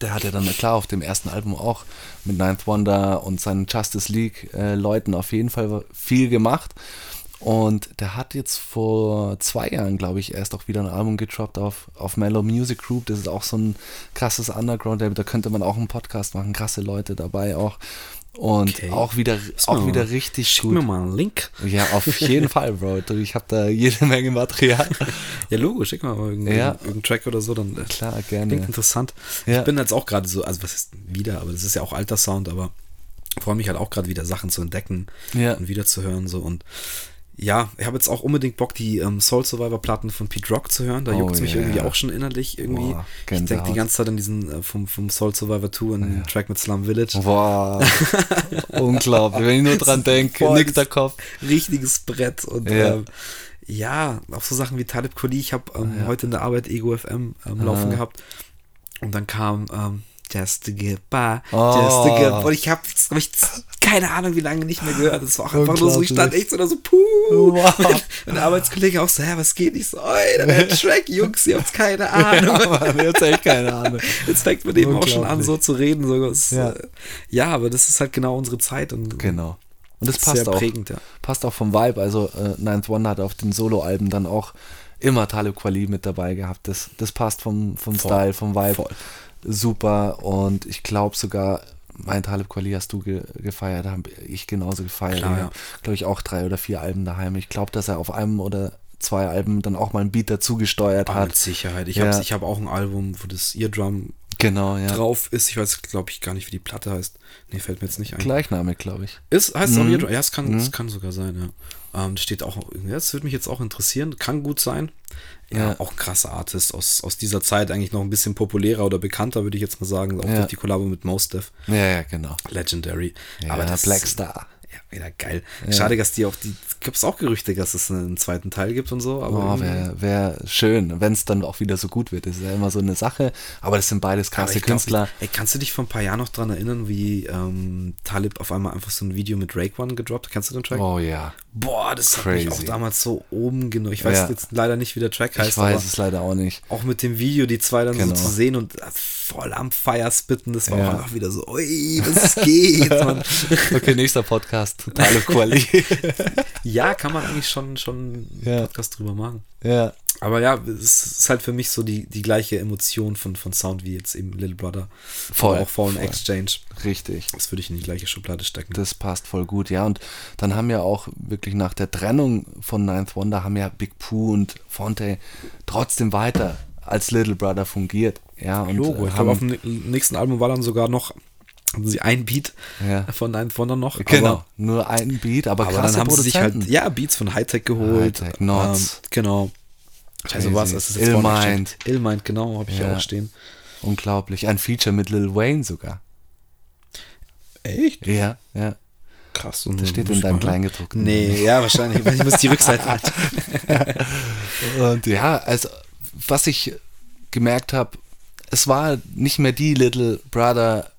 B: Der hat ja dann, na klar, auf dem ersten Album auch mit Ninth Wonder und seinen Justice League-Leuten auf jeden Fall viel gemacht. Und der hat jetzt vor zwei Jahren, glaube ich, erst auch wieder ein Album getroppt auf, auf Mellow Music Group. Das ist auch so ein krasses Underground. Da könnte man auch einen Podcast machen. Krasse Leute dabei auch. Und
A: Okay.
B: auch wieder, auch wieder richtig
A: Schick
B: gut.
A: mir mal einen Link.
B: Ja, auf [laughs] jeden Fall, Bro. Du, Ich habe da jede Menge Material.
A: Ja, Logo, schick mal mal irgendeinen
B: Ja.
A: irgendeinen Track oder so, dann äh,
B: Klar,
A: klingt
B: gerne.
A: interessant.
B: Ja.
A: Ich bin jetzt auch gerade so, also was ist wieder, aber das ist ja auch alter Sound, aber freue mich halt auch gerade wieder Sachen zu entdecken
B: Ja.
A: und wieder zu hören so und ja, ich habe jetzt auch unbedingt Bock, die ähm, Soul Survivor Platten von Pete Rock zu hören. Da
B: Oh
A: juckt es mich
B: yeah.
A: irgendwie auch schon innerlich irgendwie.
B: Boah,
A: ich denke die
B: Gänsehaut. Oh
A: ganze Zeit an diesen äh, vom, vom Soul Survivor 2 und den Track mit Slum Village.
B: Wow, [laughs] unglaublich. Wenn ich nur dran denke,
A: Voll.
B: nickt der Kopf.
A: [laughs] richtiges Brett und
B: Ja.
A: ähm, ja, auch so Sachen wie Talib Kuli. Ich habe ähm, heute in der Arbeit Ego FM ähm, laufen gehabt und dann kam ähm, Just to get by. Just to
B: Oh.
A: get by. Und ich habe hab ich z- keine Ahnung, wie lange nicht mehr gehört. Das war auch einfach nur so, ich stand echt so da so, puh.
B: Wow.
A: Mein, [laughs] mein Arbeitskollege auch so, ja, was geht? Ich so, ey, der Track, Jungs, ihr habt keine Ahnung.
B: [laughs] Ja, Mann, jetzt echt keine Ahnung.
A: Jetzt fängt man eben auch schon an,
B: Unglaublich.
A: so zu reden. So, das,
B: Ja.
A: ja. ja, aber das ist halt genau unsere Zeit und
B: Genau. Und das
A: Sehr
B: passt auch.
A: prägend, ja.
B: Passt auch vom Vibe. Also äh, Ninth Wonder hat auf den Soloalben dann auch immer Talib Kweli mit dabei gehabt. Das, das passt vom, vom Style, vom Vibe. Super. Und ich glaube sogar, mein Talib Kweli hast du ge gefeiert, habe ich genauso gefeiert.
A: Klar,
B: ich
A: ja.
B: glaube ich auch drei oder vier Alben daheim. Ich glaube, dass er auf einem oder zwei Alben dann auch mal einen Beat dazu gesteuert
A: Aber
B: hat.
A: mit Sicherheit. Ich
B: Ja.
A: habe hab auch ein Album, wo das Eardrum
B: Genau, ja.
A: drauf ist. Ich weiß, glaube ich, gar nicht, wie die Platte heißt. Nee, fällt mir jetzt nicht ein.
B: Gleichname, glaube ich.
A: Ist, heißt
B: Mhm.
A: es auch Eardrum? Ja, es kann, es kann sogar sein, ja. Ähm, das steht auch, ja, das würde mich jetzt auch interessieren. Kann gut sein. Ja,
B: Ja.
A: auch ein krasser Artist aus, aus dieser Zeit, eigentlich noch ein bisschen populärer oder bekannter, würde ich jetzt mal sagen. Auch
B: Ja.
A: durch die Kollabo mit Mos Def.
B: Ja, ja, genau.
A: Legendary.
B: Ja,
A: Aber das
B: Blackstar.
A: Ja, wieder geil. Schade, dass die auch die. Gibt es auch Gerüchte, dass es einen zweiten Teil gibt und so, aber
B: Oh,
A: irgendwie-
B: wäre wär schön, wenn es dann auch wieder so gut wird. Das ist ja immer so eine Sache. Aber das sind beides
A: aber
B: krasse
A: ich glaub,
B: Künstler.
A: Ey, kannst du dich vor ein paar Jahren noch dran erinnern, wie ähm, Talib auf einmal einfach so ein Video mit Drake One gedroppt? Kennst du den Track?
B: Oh ja.
A: Boah, das hat mich
B: Crazy.
A: auch damals so oben genommen. Ich weiß
B: Ja.
A: jetzt leider nicht, wie der Track heißt,
B: Ich weiß es leider auch nicht.
A: aber auch mit dem Video, die zwei dann
B: Genau.
A: so zu sehen und äh, voll am Fire spitten, das war
B: Ja.
A: auch einfach wieder so, ui, das
B: [laughs]
A: geht, Mann.
B: Okay, nächster Podcast. Talib Quali.
A: [laughs] Ja, kann man eigentlich schon, schon
B: Ja.
A: einen Podcast drüber machen.
B: ja.
A: Aber ja, es ist halt für mich so die, die gleiche Emotion von, von Sound wie jetzt eben Little Brother.
B: Voll,
A: Oder auch Fallen
B: voll.
A: Exchange.
B: Richtig.
A: Das würde ich in die gleiche Schublade stecken.
B: Das passt voll gut, ja. Und dann haben ja auch wirklich nach der Trennung von Ninth Wonder haben ja Big Pooh und Fonte trotzdem weiter als Little Brother fungiert. Ja, und
A: Logo. Ich glaube, äh, auf dem ni- nächsten Album war dann sogar noch hatten sie ein Beat
B: Ja.
A: von einem von dann noch.
B: genau,
A: Aber,
B: nur einen Beat, aber,
A: aber
B: krasse
A: dann haben sie sich halt
B: Produzenten.
A: ja, Beats von Hightech geholt.
B: Hightech, Nods.
A: genau.
B: Crazy.
A: Also was ist das?
B: Illmind.
A: Illmind, genau, habe ich ja
B: Ja.
A: auch stehen.
B: Unglaublich. Ein Feature mit Lil Wayne sogar.
A: Echt?
B: Ja, ja.
A: Krass. Und
B: Das steht in deinem Kleingedruckten.
A: Nee, ja, wahrscheinlich. weil Ich muss die Rückseite
B: [laughs]
A: halt.
B: Und ja, also was ich gemerkt habe, es war nicht mehr die Little Brother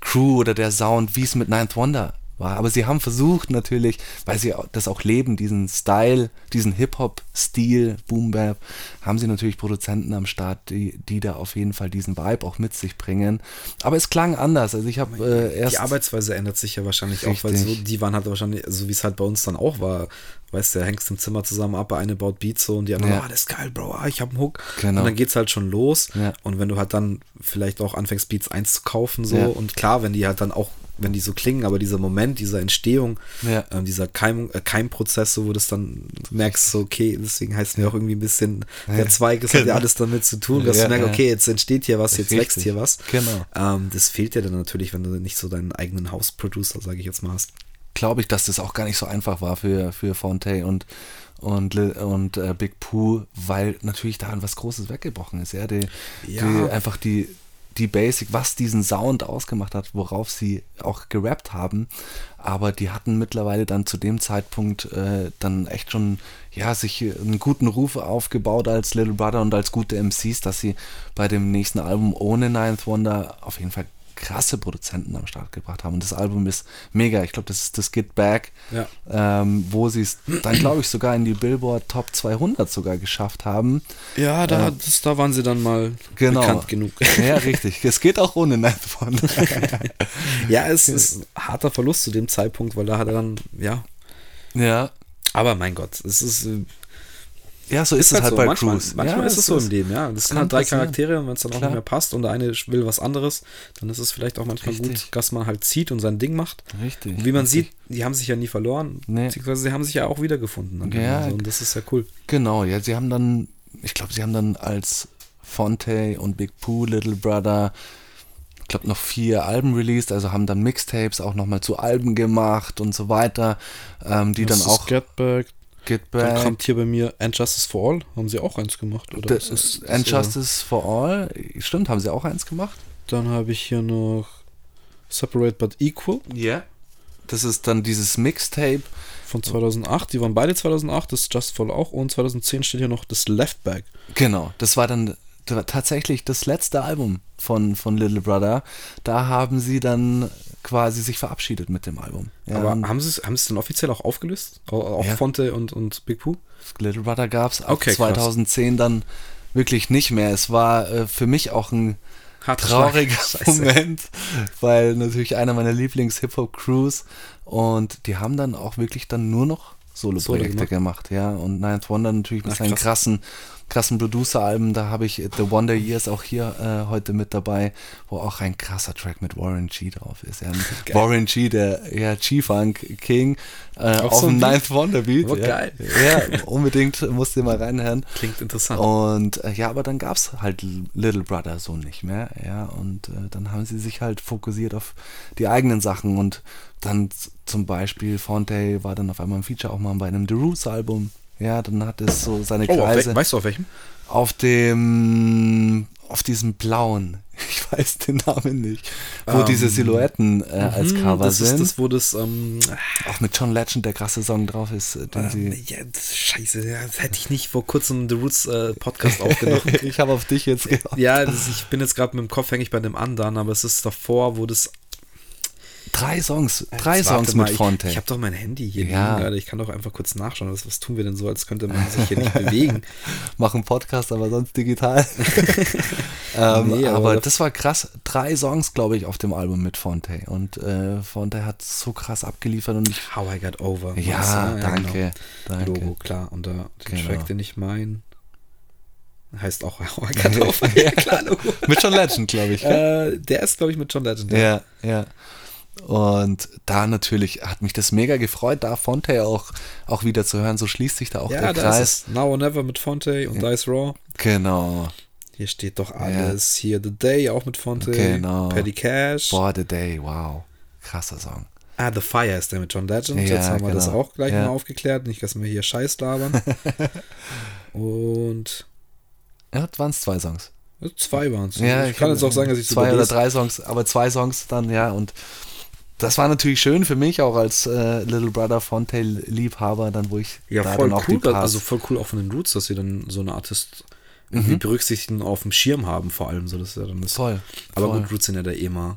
B: Crew oder der Sound, wie es mit Ninth Wonder war. Aber sie haben versucht natürlich, weil sie au- das auch leben, diesen Style, diesen Hip-Hop-Stil, Boom Bap, haben sie natürlich Produzenten am Start, die, die da auf jeden Fall diesen Vibe auch mit sich bringen. Aber es klang anders. Also ich habe äh, erst...
A: Die Arbeitsweise ändert sich ja wahrscheinlich auch, weil so
B: Richtig.
A: die waren halt wahrscheinlich, so wie es halt bei uns dann auch war, weißt du, du hängst im Zimmer zusammen ab, der eine baut Beats so und die andere,
B: Ja.
A: ah, das ist geil, Bro, ah, ich hab einen Hook.
B: Genau.
A: Und dann geht's halt schon los.
B: Ja.
A: Und wenn du halt dann vielleicht auch anfängst, Beats einzukaufen, so,
B: Ja.
A: und klar, wenn die halt dann auch, wenn die so klingen, aber dieser Moment, dieser Entstehung,
B: Ja.
A: ähm, dieser Keim, äh, Keimprozess, so, wo du das dann merkst, so, okay, deswegen heißt mir auch irgendwie ein bisschen, der Zweig, das hat ja
B: Genau.
A: alles damit zu tun, dass
B: Ja,
A: du merkst,
B: ja.
A: okay, jetzt entsteht hier was, jetzt wächst
B: Richtig.
A: hier was.
B: Genau.
A: Ähm, das fehlt dir dann natürlich, wenn du nicht so deinen eigenen Hausproducer, sage ich jetzt mal, hast.
B: glaube ich, dass das auch gar nicht so einfach war für, für Fonte und, und, Lil- und äh, Big Pooh, weil natürlich daran was Großes weggebrochen ist. Ja, die,
A: Ja.
B: Die, einfach die, die Basic, was diesen Sound ausgemacht hat, worauf sie auch gerappt haben. Aber die hatten mittlerweile dann zu dem Zeitpunkt äh, dann echt schon, ja, sich äh, einen guten Ruf aufgebaut als Little Brother und als gute MCs, dass sie bei dem nächsten Album ohne Ninth Wonder auf jeden Fall krasse Produzenten am Start gebracht haben. Und das Album ist mega. Ich glaube, das ist das Get Back,
A: Ja.
B: ähm, wo sie es dann, glaube ich, sogar in die Billboard Top 200 sogar geschafft haben.
A: Ja, da, das, da waren sie dann mal
B: Genau.
A: bekannt genug.
B: Ja, richtig. Es geht auch ohne Ninth Wonder.
A: [laughs] ja, es ist ein harter Verlust zu dem Zeitpunkt, weil da hat er dann, ja.
B: ja.
A: Aber mein Gott, es ist. äh,
B: Ja, so ist, es halt
A: so.
B: bei
A: manchmal,
B: Cruise.
A: Manchmal
B: ja,
A: ist es so im Leben, ja. Das sind
B: kann
A: halt drei
B: passieren.
A: Charaktere und wenn es dann auch
B: Klar.
A: nicht mehr passt und der eine will was anderes, dann ist es vielleicht auch manchmal
B: Richtig.
A: gut, dass man halt zieht und sein Ding macht.
B: Richtig,
A: Und wie man
B: richtig.
A: sieht, die haben sich ja nie verloren,
B: Nee.
A: beziehungsweise sie haben sich ja auch wiedergefunden. dann.
B: Ja.
A: Also, und das ist ja cool.
B: Genau, ja, sie haben dann, ich glaube, sie haben dann als Fonte und Big Pooh, Little Brother, ich glaube, noch vier Alben released, also haben dann Mixtapes auch nochmal zu Alben gemacht und so weiter, ähm, die dann auch
A: Get Back,
B: Get
A: Dann
B: Back,
A: kommt hier bei mir And Justice for All. Haben sie auch eins gemacht? Oder
B: das
A: ist das-
B: ist And Justice for All, stimmt, haben sie auch eins gemacht?
A: Dann habe ich hier noch Separate But Equal
B: Ja. Das ist dann dieses Mixtape,
A: von 2008. Die waren beide 2008. Das ist Just Fall auch. Und 2010 steht hier noch das Left Back.
B: genau, das war dann t- tatsächlich das letzte Album von, von Little Brother. Da haben sie dann quasi sich verabschiedet mit dem Album. Ja,
A: Aber
B: und
A: haben sie es haben sie es dann offiziell auch aufgelöst? Auch, auch
B: Ja.
A: Fonte und, und Big Pooh?
B: Little Brother gab es ab
A: Okay, krass.
B: 2010 dann wirklich nicht mehr. Es war äh, für mich auch ein
A: Harter
B: trauriger
A: Schlag. [laughs] Scheiße.
B: Moment, weil natürlich einer meiner Lieblings-Hip-Hop-Crews und die haben dann auch wirklich dann nur noch Solo-Projekte
A: Solo
B: gemacht. ja. Und Ninth Wonder natürlich mit
A: Ach,
B: seinen
A: krass.
B: krassen, krassen Producer-Alben, da habe ich äh, The Wonder Years auch hier äh, heute mit dabei, wo auch ein krasser Track mit Warren G drauf ist. Ja.
A: [laughs]
B: Warren G, der ja, G-Funk King, äh,
A: Auch
B: auf
A: so
B: dem
A: ein Beat?
B: Ninth Wonder Beat.
A: Aber
B: ja.
A: geil.
B: Ja, unbedingt, musst du mal reinhören.
A: Klingt interessant.
B: Und äh, ja, aber dann gab es halt L- Little Brother so nicht mehr. Ja, und äh, dann haben sie sich halt fokussiert auf die eigenen Sachen. Und dann z- zum Beispiel Fonte war dann auf einmal ein Feature auch mal bei einem The Roots Album. Ja, dann hat es so seine
A: Oh, auf
B: Kreise
A: wel, weißt du auf welchem?
B: auf dem, auf diesem blauen, [laughs] ich weiß den Namen nicht, wo
A: Ähm,
B: diese Silhouetten äh, als
A: Hm,
B: Cover
A: das
B: sind.
A: ist das, wo das. Ähm,
B: auch mit John Legend der krasse Song drauf ist, äh, den sie
A: ja, das- scheiße, ja, das hätte ich nicht vor kurzem The Roots äh, Podcast [laughs]
B: [laughs]
A: aufgenommen.
B: ich habe auf dich jetzt gehört.
A: ja, das, ich bin jetzt gerade mit dem Kopf hängig bei dem anderen, aber es ist davor, wo das.
B: Drei Songs, drei
A: Jetzt warte
B: Songs mit
A: mal,
B: Fonte.
A: Ich, ich habe doch mein Handy hier
B: Ja.
A: liegen, Alter. Ich kann doch einfach kurz nachschauen. Was, was tun wir denn so, als könnte man sich hier
B: [laughs]
A: nicht bewegen?
B: machen Podcast, aber sonst [laughs] digital. ähm,
A: Nee, aber
B: aber
A: das-
B: das war krass. Drei Songs, glaube ich, auf dem Album mit Fonte. Und äh, Fonte hat so krass abgeliefert und ich.
A: How I Got Over. Weißt du,
B: Ja,
A: ne?
B: danke.
A: genau.
B: danke.
A: Logo, klar. Und da den
B: Genau.
A: Track, den ich meine, heißt auch How I
B: [laughs]
A: Got Over. [laughs] ja, klar, Logo.
B: [laughs] Mit John Legend, glaube ich. gell?
A: äh, der ist, glaube ich, mit John Legend. ne?
B: ja, ja. Und da natürlich hat mich das mega gefreut, da Fonte auch, auch wieder zu hören. So schließt sich da auch
A: ja
B: der
A: da
B: Kreis.
A: ist es. Now or Never mit Fonte und Dice Raw.
B: Genau.
A: Hier steht doch alles. Hier The Day auch mit Fonte.
B: Genau.
A: Paddy Cash.
B: Boah, the day, wow. Krasser Song.
A: Ah, The Fire ist der mit John Legend.
B: Ja,
A: Jetzt haben wir das
B: genau.
A: auch gleich
B: Ja.
A: mal aufgeklärt. Nicht, dass wir hier Scheiß labern.
B: [laughs]
A: und
B: Ja, waren es zwei Songs.
A: äh, zwei waren es.
B: Ja,
A: ich, kann jetzt auch sagen, dass ich so
B: zwei oder
A: belesen-
B: drei Songs, aber zwei Songs dann ja und das war natürlich schön für mich auch als äh, Little Brother Fonte Liebhaber, dann wo ich
A: Ja,
B: da
A: voll
B: dann auch
A: cool.
B: die Parts.
A: Also voll cool auch von den Roots, dass sie dann so eine Artist irgendwie berücksichtigen, auf dem Schirm haben vor allem. So, dass ja dann das
B: Mhm. voll.
A: Aber
B: voll.
A: gut, Roots sind ja da eh immer,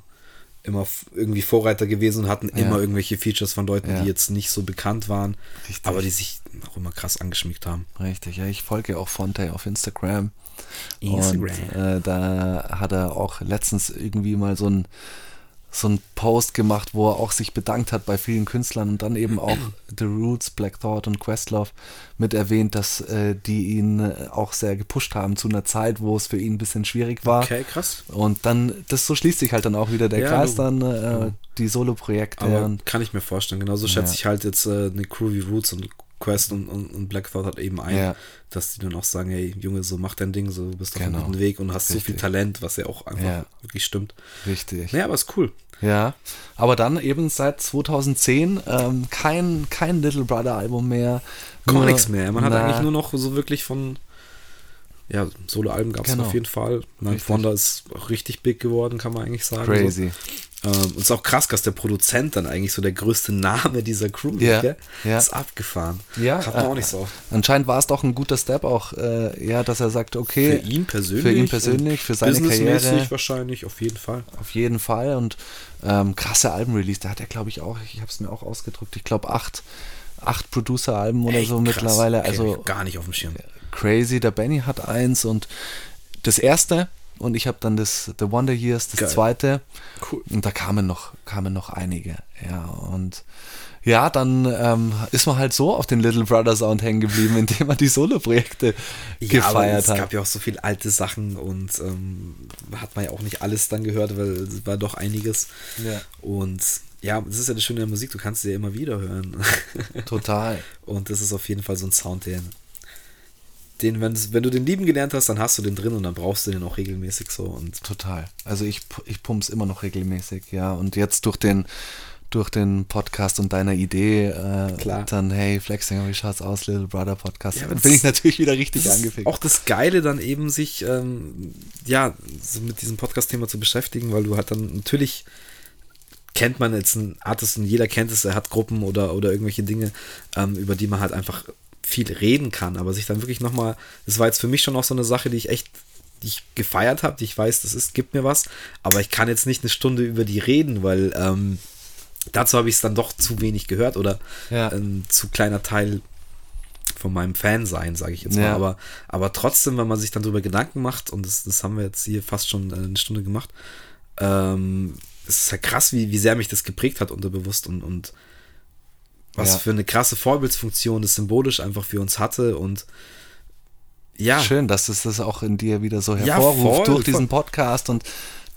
A: immer f- irgendwie Vorreiter gewesen und hatten immer irgendwelche Features von Leuten,
B: Ja.
A: die jetzt nicht so bekannt waren,
B: Richtig.
A: aber die sich auch immer krass angeschmiegt haben.
B: Richtig, ja, ich folge auch Fonte auf Instagram.
A: Instagram.
B: Und, äh, da hat er auch letztens irgendwie mal so ein so ein Post gemacht, wo er auch sich bedankt hat bei vielen Künstlern und dann eben
A: [clears throat]
B: auch The Roots, Black Thought und Questlove mit erwähnt, dass äh, die ihn äh, auch sehr gepusht haben zu einer Zeit, wo es für ihn ein bisschen schwierig war.
A: Okay, krass.
B: Und dann, das so schließt sich halt dann auch wieder der
A: Ja,
B: Kreis
A: du-
B: dann, äh, die Solo-Projekte
A: Aber
B: und
A: kann ich mir vorstellen. Genauso schätze ich halt jetzt äh, eine Crew wie Roots und Quest und, und, und Black Thought hat eben ein,
B: Ja.
A: dass die dann auch sagen, hey Junge, so mach dein Ding, so du bist auf einem
B: Genau.
A: guten Weg und hast so viel
B: Richtig.
A: Talent, was ja auch einfach
B: Ja.
A: wirklich stimmt.
B: richtig.
A: Naja, aber ist cool.
B: Ja, aber dann eben seit 2010 ähm, kein, kein Little Brother Album mehr.
A: Gar
B: Nur-
A: nichts mehr. Man hat
B: na,
A: eigentlich nur noch so wirklich von, ja, Solo-Alben gab es
B: Genau.
A: auf jeden Fall. Ninth
B: Richtig.
A: Wonder ist auch richtig big geworden, kann man eigentlich
B: Also
A: sagen.
B: Crazy.
A: So. Ähm, und ist auch krass, dass der Produzent dann eigentlich so der größte Name dieser Crew
B: Ja,
A: ist, gell?
B: ja.
A: Ist abgefahren.
B: Ja,
A: Hat man
B: äh,
A: auch nicht so. oft.
B: Anscheinend war es doch ein guter Step auch, äh, ja, dass er sagt,
A: Für
B: okay,
A: ihn persönlich.
B: für ihn persönlich, für seine
A: businessmäßig
B: Karriere.
A: wahrscheinlich, auf jeden Fall.
B: auf jeden Fall und ähm, krasse Albenrelease, da hat er glaube ich auch, ich habe es mir auch ausgedrückt, ich glaube acht, acht Producer-Alben oder
A: Echt
B: so
A: krass.
B: mittlerweile,
A: Okay,
B: also
A: Gar nicht auf dem Schirm.
B: crazy. Der Benny hat eins und das erste und ich habe dann das The Wonder Years, das
A: Geil.
B: zweite.
A: Cool.
B: Und da kamen noch, kamen noch einige. Ja, und ja, dann ähm, ist man halt so auf den Little Brother Sound hängen geblieben, indem man die Solo-Projekte gefeiert
A: es
B: hat.
A: gab ja auch so viel alte Sachen und ähm, hat man ja auch nicht alles dann gehört, weil es war doch einiges.
B: Ja.
A: Und ja, das ist ja das Schöne der Musik, du kannst sie ja immer wieder hören. [laughs]
B: Total.
A: und das ist auf jeden Fall so ein Sound, den, den wenn, wenn du den lieben gelernt hast, dann hast du den drin und dann brauchst du den auch regelmäßig so. Und
B: Total. Also ich, pu- ich pump's immer noch regelmäßig, ja. Und jetzt durch den, durch den Podcast und deiner Idee, äh,
A: Klar.
B: dann, hey, Flexinger, wie schaut's aus, Little Brother Podcast?
A: Ja, aber das-
B: dann bin ich natürlich wieder richtig
A: das ist
B: angefickt.
A: auch das Geile dann eben, sich ähm, ja, so mit diesem Podcast-Thema zu beschäftigen, weil du halt dann natürlich kennt man jetzt einen Artist und jeder kennt es, er hat Gruppen oder, oder irgendwelche Dinge, ähm, über die man halt einfach viel reden kann, aber sich dann wirklich nochmal, das war jetzt für mich schon auch so eine Sache, die ich echt die ich gefeiert habe, die ich weiß, das ist, gibt mir was, aber ich kann jetzt nicht eine Stunde über die reden, weil ähm, dazu habe ich es dann doch zu wenig gehört oder
B: Ja.
A: ein zu kleiner Teil von meinem Fansein, sage ich jetzt mal.
B: Ja.
A: Aber, aber trotzdem, wenn man sich dann darüber Gedanken macht, und das, das haben wir jetzt hier fast schon äh, eine Stunde gemacht, ähm, es ist ja krass, wie, wie sehr mich das geprägt hat unterbewusst und, und was
B: Ja.
A: für eine krasse Vorbildsfunktion das symbolisch einfach für uns hatte und ja,
B: Schön, dass es das auch in dir wieder so
A: Ah. Ja,
B: hervorruft
A: voll,
B: durch diesen
A: voll.
B: Podcast und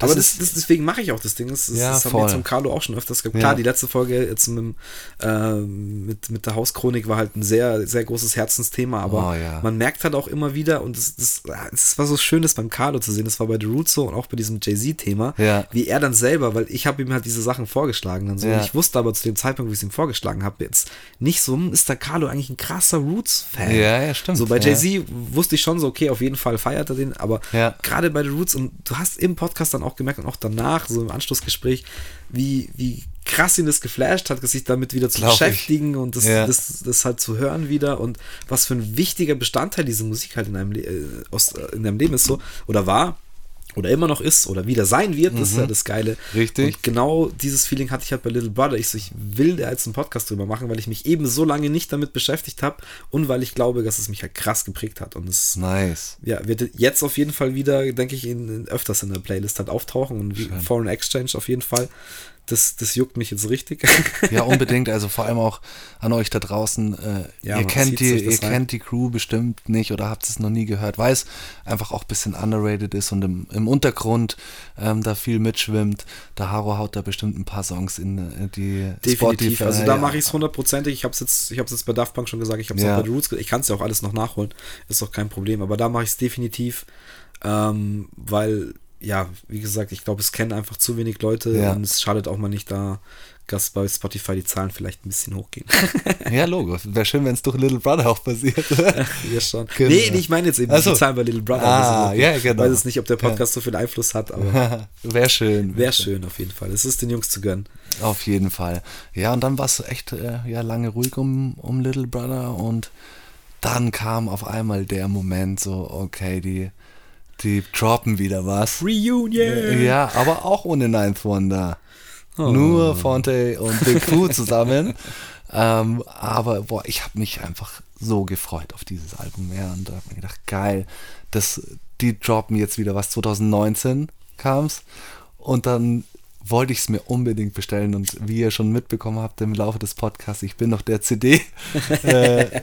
B: das
A: aber das,
B: ist
A: das, deswegen mache ich auch das Ding. Das, das,
B: Ja,
A: das haben
B: voll.
A: wir jetzt mit Carlo auch schon öfters gehabt.
B: Ja.
A: Klar, die letzte Folge jetzt mit, dem, äh, mit, mit der Hauschronik war halt ein sehr, sehr großes Herzensthema, aber
B: Oh, ja.
A: man merkt halt auch immer wieder, und es das, das, ah, es war so schön, das beim Carlo zu sehen. Das war bei The Roots so und auch bei diesem Jay-Z-Thema,
B: Ja.
A: wie er dann selber, weil ich habe ihm halt diese Sachen vorgeschlagen. Dann so.
B: Ja.
A: Und ich wusste aber zu dem Zeitpunkt, wo ich es ihm vorgeschlagen habe, jetzt nicht so, hm, ist der Carlo eigentlich ein krasser Roots-Fan.
B: Ja, ja, stimmt,
A: So bei
B: ja.
A: Jay-Z wusste ich schon so, okay, auf jeden Fall feiert er den, aber
B: Ja.
A: gerade bei The Roots und du hast im Podcast dann auch gemerkt und auch danach, so im Anschlussgespräch, wie, wie krass ihn das geflasht hat, sich damit wieder zu
B: Glaub ich.
A: beschäftigen und das,
B: Ja.
A: das, das halt zu hören wieder und was für ein wichtiger Bestandteil diese Musik halt in deinem, Le äh, aus, äh, in deinem Leben ist so oder war oder immer noch ist oder wieder sein wird, das ist ja das Geile.
B: Mhm. Richtig.
A: Und genau dieses Feeling hatte ich halt bei Little Brother. Ich, so, ich will da jetzt einen Podcast drüber machen, weil ich mich eben so lange nicht damit beschäftigt habe und weil ich glaube, dass es mich halt krass geprägt hat und es
B: nice.
A: ja, wird jetzt auf jeden Fall wieder, denke ich, in, in, öfters in der Playlist halt auftauchen und wie Foreign Exchange auf jeden Fall. Das, das juckt mich jetzt richtig.
B: Ja, unbedingt. Also vor allem auch an euch da draußen. Äh,
A: Ja,
B: ihr
A: man
B: kennt
A: zieht
B: die,
A: sich
B: ihr
A: das halt rein.
B: kennt die Crew bestimmt nicht oder habt es noch nie gehört, weil es einfach auch ein bisschen underrated ist und im, im Untergrund ähm, da viel mitschwimmt. Der Haro haut da bestimmt ein paar Songs in äh, die
A: Definitiv.
B: Spotify.
A: Also da
B: ja.
A: mache ich es hundertprozentig. Ich habe es jetzt, ich hab's jetzt bei Daft Punk schon gesagt, ich habe es
B: Ja.
A: auch bei The Roots gesagt. Ich kann es ja auch alles noch nachholen. Ist doch kein Problem. Aber da mache ich es definitiv, ähm, weil, ja, wie gesagt, ich glaube, es kennen einfach zu wenig Leute
B: Ja.
A: und es schadet auch mal nicht da, dass bei Spotify die Zahlen vielleicht ein bisschen
B: [laughs]
A: hochgehen.
B: Ja, Logo. Wäre schön, wenn es durch Little Brother auch passiert. [laughs]
A: ja, schon.
B: Genau.
A: Nee, nee, ich meine jetzt eben
B: Ach so.
A: die Zahlen bei Little Brother.
B: Ah, ja, genau.
A: Ich weiß jetzt nicht, ob der Podcast so viel Einfluss hat, aber
B: Wäre schön.
A: wäre schön auf jeden Fall. Es ist den Jungs zu gönnen.
B: Auf jeden Fall. Ja, und dann war es echt äh, ja, lange ruhig um, um Little Brother und dann kam auf einmal der Moment so, okay, die, die droppen wieder was.
A: Reunion!
B: Ja, aber auch ohne Ninth Wonder. Nur Fonte und Big Crew zusammen. ähm, aber boah, ich habe mich einfach so gefreut auf dieses Album. Ja, und da habe ich mir gedacht, geil, das, die droppen jetzt wieder was. 2019 kam's und dann wollte ich es mir unbedingt bestellen und wie ihr schon mitbekommen habt im Laufe des Podcasts, ich bin noch der CD-Seller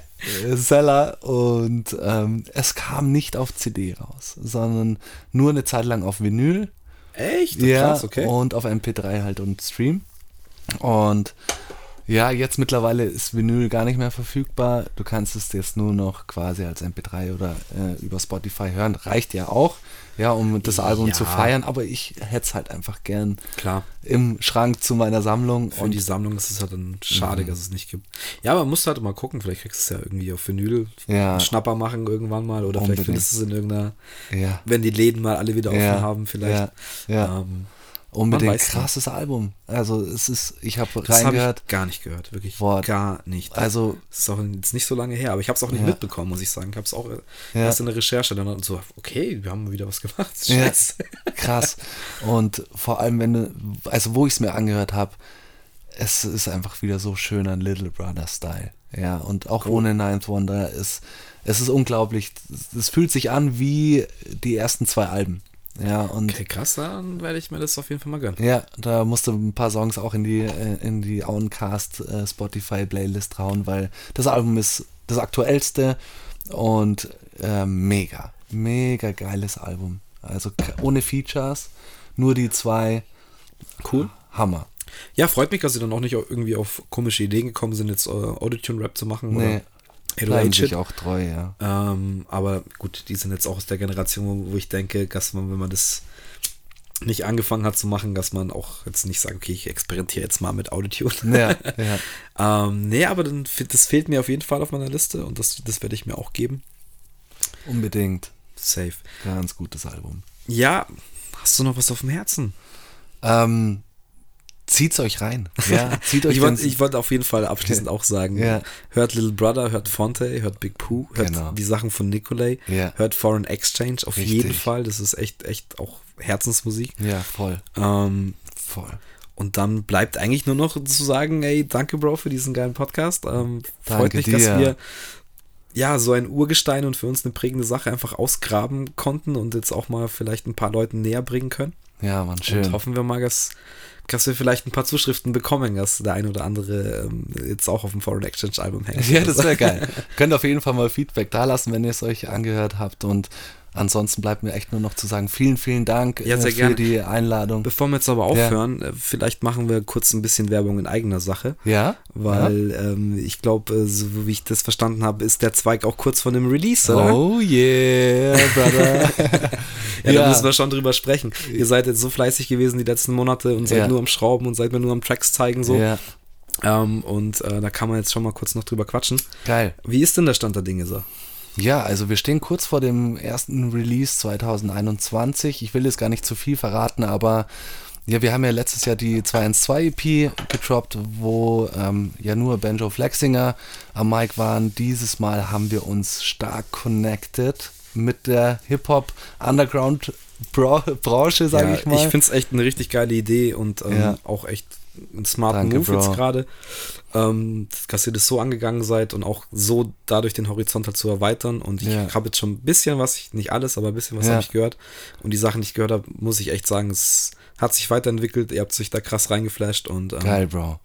B: äh, und ähm, es kam nicht auf CD raus, sondern nur eine Zeit lang auf Vinyl
A: Echt?
B: ja,
A: Krass, okay.
B: und auf MP3 halt und Stream. Und ja, jetzt mittlerweile ist Vinyl gar nicht mehr verfügbar. Du kannst es jetzt nur noch quasi als MP3 oder äh, über Spotify hören. Reicht ja auch, ja, um das Album
A: Ja.
B: zu feiern. Aber ich hätte es halt einfach gern
A: Klar.
B: im Schrank zu meiner Sammlung.
A: Für die Sammlung ist es halt dann schade,
B: Mhm.
A: dass es nicht gibt. Ja, aber man muss halt mal gucken, vielleicht kriegst du es ja irgendwie auf Vinyl
B: Ja.
A: einen Schnapper machen irgendwann mal oder
B: Unbedingt.
A: vielleicht findest du es in irgendeiner,
B: ja,
A: wenn die Läden mal alle wieder offen
B: Ja,
A: haben, vielleicht.
B: ja, ja.
A: Ähm,
B: unbedingt
A: weiß
B: krasses Album. Also es ist, ich habe
A: das habe
B: reingehört.
A: ich gar nicht gehört, wirklich
B: Boah.
A: gar nicht.
B: Also
A: Das ist auch jetzt nicht so lange her, aber ich habe es auch nicht
B: Ja.
A: mitbekommen, muss ich sagen. Ich habe es auch äh,
B: Ja.
A: erst in der Recherche dann so, okay, wir haben wieder was gemacht.
B: Ja,
A: Scheiße.
B: krass. Und vor allem, wenn du, also wo ich es mir angehört habe, es ist einfach wieder so schön an Little Brother Style. Ja, und auch ohne Ninth Wonder ist, es ist unglaublich. Es- Es fühlt sich an wie die ersten zwei Alben. Ja, und
A: Okay, krass, dann werde ich mir das auf jeden Fall mal gönnen.
B: ja, da musste ein paar Songs auch in die äh, in die Oncast äh, Spotify Playlist hauen, weil das Album ist das aktuellste und äh, mega, mega geiles Album. Also ke- ohne Features, nur die zwei. Cool. Hammer.
A: Ja, freut mich, dass sie dann auch nicht au- irgendwie auf komische Ideen gekommen sind, jetzt äh, Autotune-Rap zu machen
B: Nee,
A: oder 808
B: bleiben
A: Shit.
B: sich auch treu, ja.
A: Ähm, aber gut, die sind jetzt auch aus der Generation, wo, wo ich denke, dass man, wenn man das nicht angefangen hat zu machen, dass man auch jetzt nicht sagt, okay, ich experimentiere jetzt mal mit Autotune.
B: Ja,
A: [laughs]
B: ja.
A: ähm, nee, aber dann, fe- das fehlt mir auf jeden Fall auf meiner Liste und das, das werde ich mir auch geben.
B: Unbedingt.
A: Safe.
B: Ganz gutes Album.
A: Ja, hast du noch was auf dem Herzen?
B: Ähm, Zieht's
A: [laughs]
B: euch rein. Ja, [laughs] zieht euch
A: Ich wollte
B: den-
A: ich wollte auf jeden Fall abschließend auch sagen,
B: Ja.
A: hört Little Brother, hört Fonte, hört Big Pooh, hört
B: Genau.
A: die Sachen von Nicolay,
B: Ja.
A: hört Foreign Exchange auf
B: Richtig.
A: jeden Fall. Das ist echt, echt auch Herzensmusik.
B: Ja, voll.
A: Ähm,
B: Voll.
A: und dann bleibt eigentlich nur noch zu sagen, ey, danke Bro für diesen geilen Podcast. Ähm, freut
B: Danke
A: mich,
B: dir.
A: dass wir ja so ein Urgestein und für uns eine prägende Sache einfach ausgraben konnten und jetzt auch mal vielleicht ein paar Leuten näher bringen können.
B: Ja, Mann, schön.
A: Und hoffen wir mal, dass, dass wir vielleicht ein paar Zuschriften bekommen, dass der ein oder andere ähm, jetzt auch auf dem Foreign Exchange Album hängt.
B: [laughs] Ja, das wäre geil. Könnt auf jeden Fall mal Feedback da lassen, wenn ihr es euch angehört habt. Und ansonsten bleibt mir echt nur noch zu sagen, vielen, vielen Dank äh,
A: Ja, sehr
B: für
A: gerne.
B: die
A: [laughs]
B: Einladung.
A: Bevor wir jetzt aber
B: Ja.
A: aufhören, äh, vielleicht machen wir kurz ein bisschen Werbung in eigener Sache.
B: Ja?
A: Weil ähm, ich glaube, so wie ich das verstanden habe, ist der Zweig auch kurz vor dem Release, oder?
B: Oh yeah,
A: [laughs]
B: brother.
A: Ja,
B: Ja.
A: ne?
B: Äh.
A: da müssen wir schon drüber sprechen. Ihr seid jetzt so fleißig gewesen die letzten Monate und seid
B: Ja.
A: nur am Schrauben und seid mir nur am Tracks zeigen so.
B: Ja,
A: Ähm, und äh, da kann man jetzt schon mal kurz noch drüber quatschen.
B: geil.
A: Wie ist denn der Stand der Dinge so?
B: Ja, also wir stehen kurz vor dem ersten Release 2021. Ich will jetzt gar nicht zu viel verraten, aber ja, wir haben ja letztes Jahr die 212 EP getroppt, E wo ähm, ja nur Benjo Flexinger am Mic waren. Dieses Mal haben wir uns stark connected mit der Hip-Hop-Underground-Branche, sage ich mal.
A: ich finde es echt eine richtig geile Idee und ähm,
B: Ja.
A: auch echt einen smarten
B: Danke,
A: Move jetzt
B: Bro.
A: gerade, ähm, dass ihr das so angegangen seid und auch so dadurch den Horizont halt zu erweitern. Und ich
B: Ja.
A: habe jetzt schon ein bisschen was, ich, nicht alles, aber ein bisschen was
B: Ja.
A: habe ich gehört. Und die Sachen, die ich gehört habe, muss ich echt sagen, es hat sich weiterentwickelt, ihr habt sich da krass reingeflasht und ähm,
B: geil, Bro.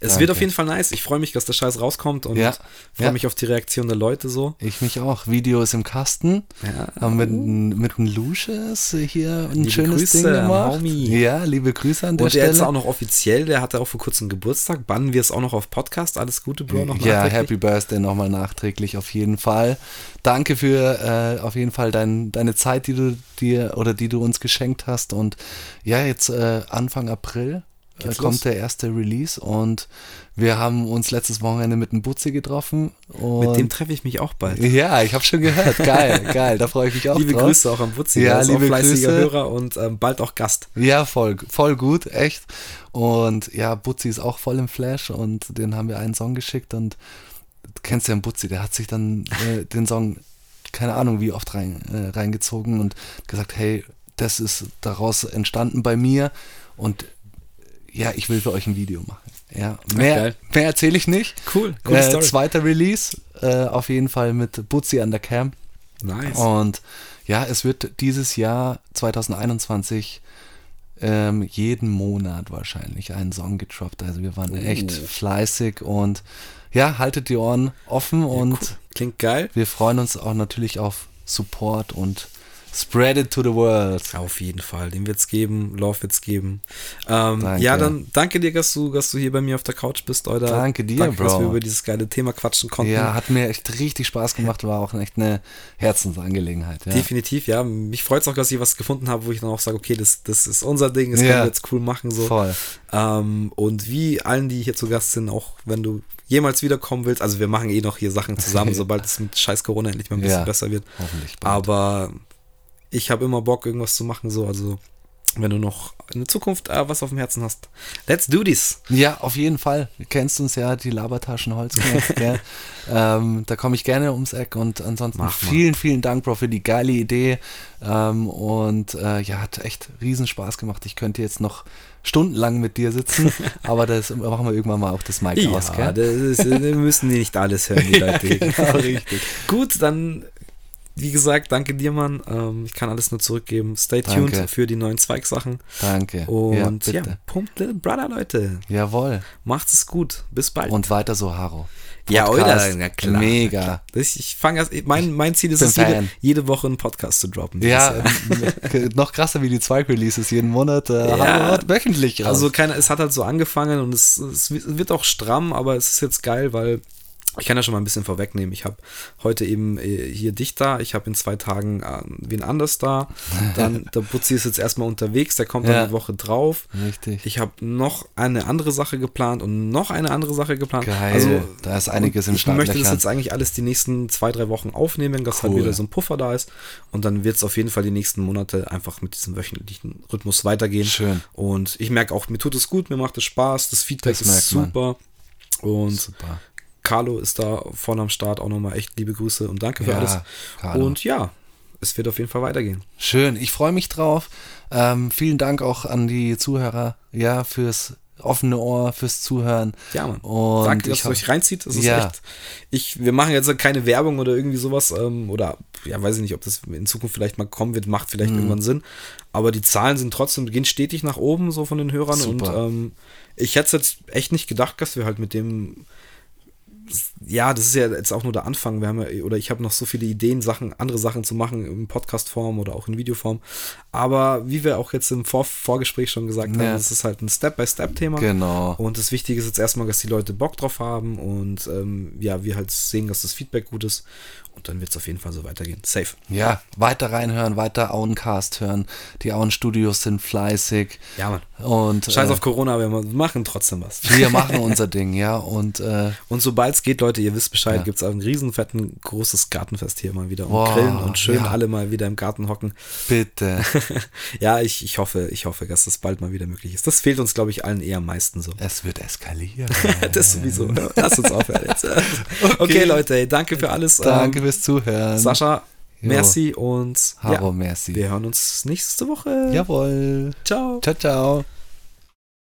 A: Es
B: Danke.
A: wird auf jeden Fall nice. Ich freue mich, dass der Scheiß rauskommt und
B: Ja.
A: freue
B: Ja.
A: mich auf die Reaktion der Leute so.
B: Ich mich auch. Video ist im Kasten.
A: Ja.
B: Haben mit, mit dem Lucius hier ein
A: Liebe
B: schönes
A: Grüße
B: Ding
A: an
B: gemacht.
A: Homie.
B: Ja, liebe Grüße an der
A: Und der
B: Stelle.
A: jetzt auch noch offiziell, der hatte auch vor kurzem Geburtstag. Bannen wir es auch noch auf Podcast. Alles Gute, Bro. Noch
B: ja,
A: nachträglich.
B: Happy Birthday nochmal nachträglich auf jeden Fall. Danke für äh, auf jeden Fall dein, deine Zeit, die du dir oder die du uns geschenkt hast. Und ja, jetzt äh, Anfang April äh,
A: Geht's
B: kommt
A: los?
B: der erste Release und wir haben uns letztes Wochenende mit dem Butzi getroffen. Und
A: Mit dem treffe ich mich auch bald.
B: ja, ich habe schon
A: [laughs]
B: gehört. Geil, geil. Da freue ich mich auch
A: liebe
B: drauf.
A: Grüße auch an Butzi.
B: Ja,
A: der ist
B: liebe
A: auch fleißiger
B: Grüße.
A: Hörer und ähm, bald auch Gast.
B: Ja, voll, voll gut, echt. Und ja, Butzi ist auch voll im Flash und den haben wir einen Song geschickt und du kennst ja den Butzi, der hat sich dann äh, den Song, keine Ahnung wie oft rein, äh, reingezogen und gesagt, hey, das ist daraus entstanden bei mir und ja, ich will für euch ein Video machen. Ja, mehr,
A: geil.
B: mehr erzähle ich nicht.
A: Cool, coole
B: äh,
A: Story.
B: Zweiter Release, äh, auf jeden Fall mit Butzi an der Cam.
A: Nice.
B: Und ja, es wird dieses Jahr 2021 ähm, jeden Monat wahrscheinlich einen Song getroppt. Also wir
A: Oh.
B: waren echt fleißig und ja, haltet die Ohren offen und
A: cool. Klingt geil.
B: wir freuen uns auch natürlich auf Support und Spread it to the world.
A: Auf jeden Fall. Den wird's geben. Love wird's geben. Ähm,
B: Danke.
A: Ja, dann danke dir, dass du, dass du hier bei mir auf der Couch bist, Alter.
B: Danke dir,
A: danke, dass
B: Bro.
A: wir über dieses geile Thema quatschen konnten.
B: Ja, hat mir echt richtig Spaß gemacht, war auch echt eine Herzensangelegenheit. Ja.
A: Definitiv, ja. Mich freut es auch, dass ich was gefunden habe, wo ich dann auch sage, okay, das, das ist unser Ding, das
B: Ja.
A: können wir jetzt cool machen. So.
B: Voll.
A: Ähm, und wie allen, die hier zu Gast sind, auch wenn du jemals wiederkommen willst, also wir machen eh noch hier Sachen
B: [laughs]
A: zusammen, sobald es mit scheiß Corona endlich mal ein bisschen
B: Ja.
A: besser wird.
B: Hoffentlich bald.
A: Aber ich habe immer Bock, irgendwas zu machen, so, also wenn du noch in der Zukunft äh, was auf dem Herzen hast. Let's do this!
B: Ja, auf jeden Fall. Du kennst uns ja, die Labertaschen Holz.
A: [laughs]
B: gell? ähm, da komme ich gerne ums Eck und ansonsten
A: Mach mal.
B: vielen, vielen Dank, Bro, für die geile Idee. Ähm, und äh, ja, hat echt riesen Spaß gemacht. Ich könnte jetzt noch stundenlang mit dir
A: [laughs]
B: sitzen, aber das machen wir irgendwann mal auch das Mic aus,
A: Ja,
B: gell?
A: das ist, äh, wir müssen die nicht alles hören,
B: [laughs]
A: die Leute. hier. [laughs]
B: genau, richtig.
A: Gut, dann, wie gesagt, danke dir, Mann. Ähm, ich kann alles nur zurückgeben. Stay
B: Danke.
A: tuned für die neuen Zweig-Sachen.
B: Danke. ja,
A: Und ja,
B: bitte.
A: pumpt Little Brother, Leute.
B: Jawohl.
A: Macht's es gut. Bis bald.
B: Und weiter so, Haro.
A: ja,
B: Podcast.
A: oder? Na klar.
B: Mega.
A: Das, ich fange erst, mein, mein Ziel ist
B: Bin
A: es, jede,
B: Fan.
A: jede Woche einen Podcast zu droppen.
B: Ja,
A: Das ist
B: ähm, [laughs] noch krasser wie die Zweig-Releases jeden Monat. Äh,
A: Ja.
B: Haro haut wöchentlich
A: ja-
B: raus.
A: Also keiner, es hat halt so angefangen und es, es wird auch stramm, aber es ist jetzt geil, weil Ich kann ja schon mal ein bisschen vorwegnehmen. Ich habe heute eben äh, hier dich da. Ich habe in zwei Tagen äh, wen anders da.
B: [laughs]
A: Dann der Butzi ist jetzt erstmal unterwegs. Der kommt
B: Ja.
A: dann die Woche drauf.
B: Richtig.
A: Ich habe noch eine andere Sache geplant und noch eine andere Sache geplant.
B: Geil.
A: Also
B: da ist einiges im
A: ich möchte das
B: Startlöchern.
A: jetzt eigentlich alles die nächsten zwei, drei Wochen aufnehmen, dass halt
B: Cool.
A: wieder so ein Puffer da ist. Und dann wird es auf jeden Fall die nächsten Monate einfach mit diesem wöchentlichen Rhythmus weitergehen.
B: Schön.
A: Und ich merke auch, mir tut es gut, mir macht es Spaß, das Feedback
B: Das
A: ist
B: merkt man.
A: super. Und
B: Super.
A: Carlo ist da vorne am Start. Auch nochmal echt liebe Grüße und danke für
B: Ja,
A: alles.
B: Carlo.
A: Und ja, es wird auf jeden Fall weitergehen.
B: Schön, ich freue mich drauf. Ähm, vielen Dank auch an die Zuhörer, ja, fürs offene Ohr, fürs Zuhören.
A: Ja, Mann.
B: Und
A: Danke, dass
B: ich
A: es
B: hab-
A: euch reinzieht. Das ist
B: Ja.
A: echt. Ich, wir machen jetzt keine Werbung oder irgendwie sowas. Ähm, oder ja, weiß ich nicht, ob das in Zukunft vielleicht mal kommen wird, macht
B: Mhm.
A: vielleicht irgendwann Sinn. Aber die Zahlen sind trotzdem, gehen stetig nach oben, so von den Hörern.
B: Super.
A: Und ähm, ich hätte es jetzt echt nicht gedacht, dass wir halt mit dem. Ja, das ist ja jetzt auch nur der Anfang. Wir haben ja, oder ich habe noch so viele Ideen, Sachen, andere Sachen zu machen, in Podcast-Form oder auch in Videoform. Aber wie wir auch jetzt im Vor Vorgespräch schon gesagt
B: Ja.
A: haben, es ist halt ein Step-by-Step-Thema.
B: Genau.
A: Und das Wichtige ist jetzt erstmal, dass die Leute Bock drauf haben und ähm, ja, wir halt sehen, dass das Feedback gut ist. Und dann wird es auf jeden Fall so weitergehen. Safe.
B: Ja, weiter reinhören, weiter Auencast hören. Die Auen Studios sind fleißig.
A: Ja, Mann.
B: Und
A: Scheiß
B: äh,
A: auf Corona, wir machen trotzdem was. [laughs]
B: wir machen unser Ding, ja. Und äh,
A: Und sobald es geht, Leute, ihr wisst Bescheid, gibt's auch ein riesen fetten, großes Gartenfest hier mal wieder. Und
B: Boah,
A: grillen und schön
B: ja.
A: alle mal wieder im Garten hocken. [laughs]
B: bitte.
A: ja, ich, ich hoffe, ich hoffe, dass das bald mal wieder möglich ist. Das fehlt uns, glaube ich, allen eher am meisten so.
B: Es wird eskalieren.
A: [laughs] Das sowieso. Lass uns aufhören
B: [laughs]
A: jetzt. Okay, Leute, ey, danke für alles. Ähm,
B: Danke fürs Zuhören.
A: Sascha,
B: Jo.
A: merci und
B: Haro, merci.
A: wir hören uns nächste Woche.
B: Jawohl.
A: Ciao.
B: Ciao, ciao.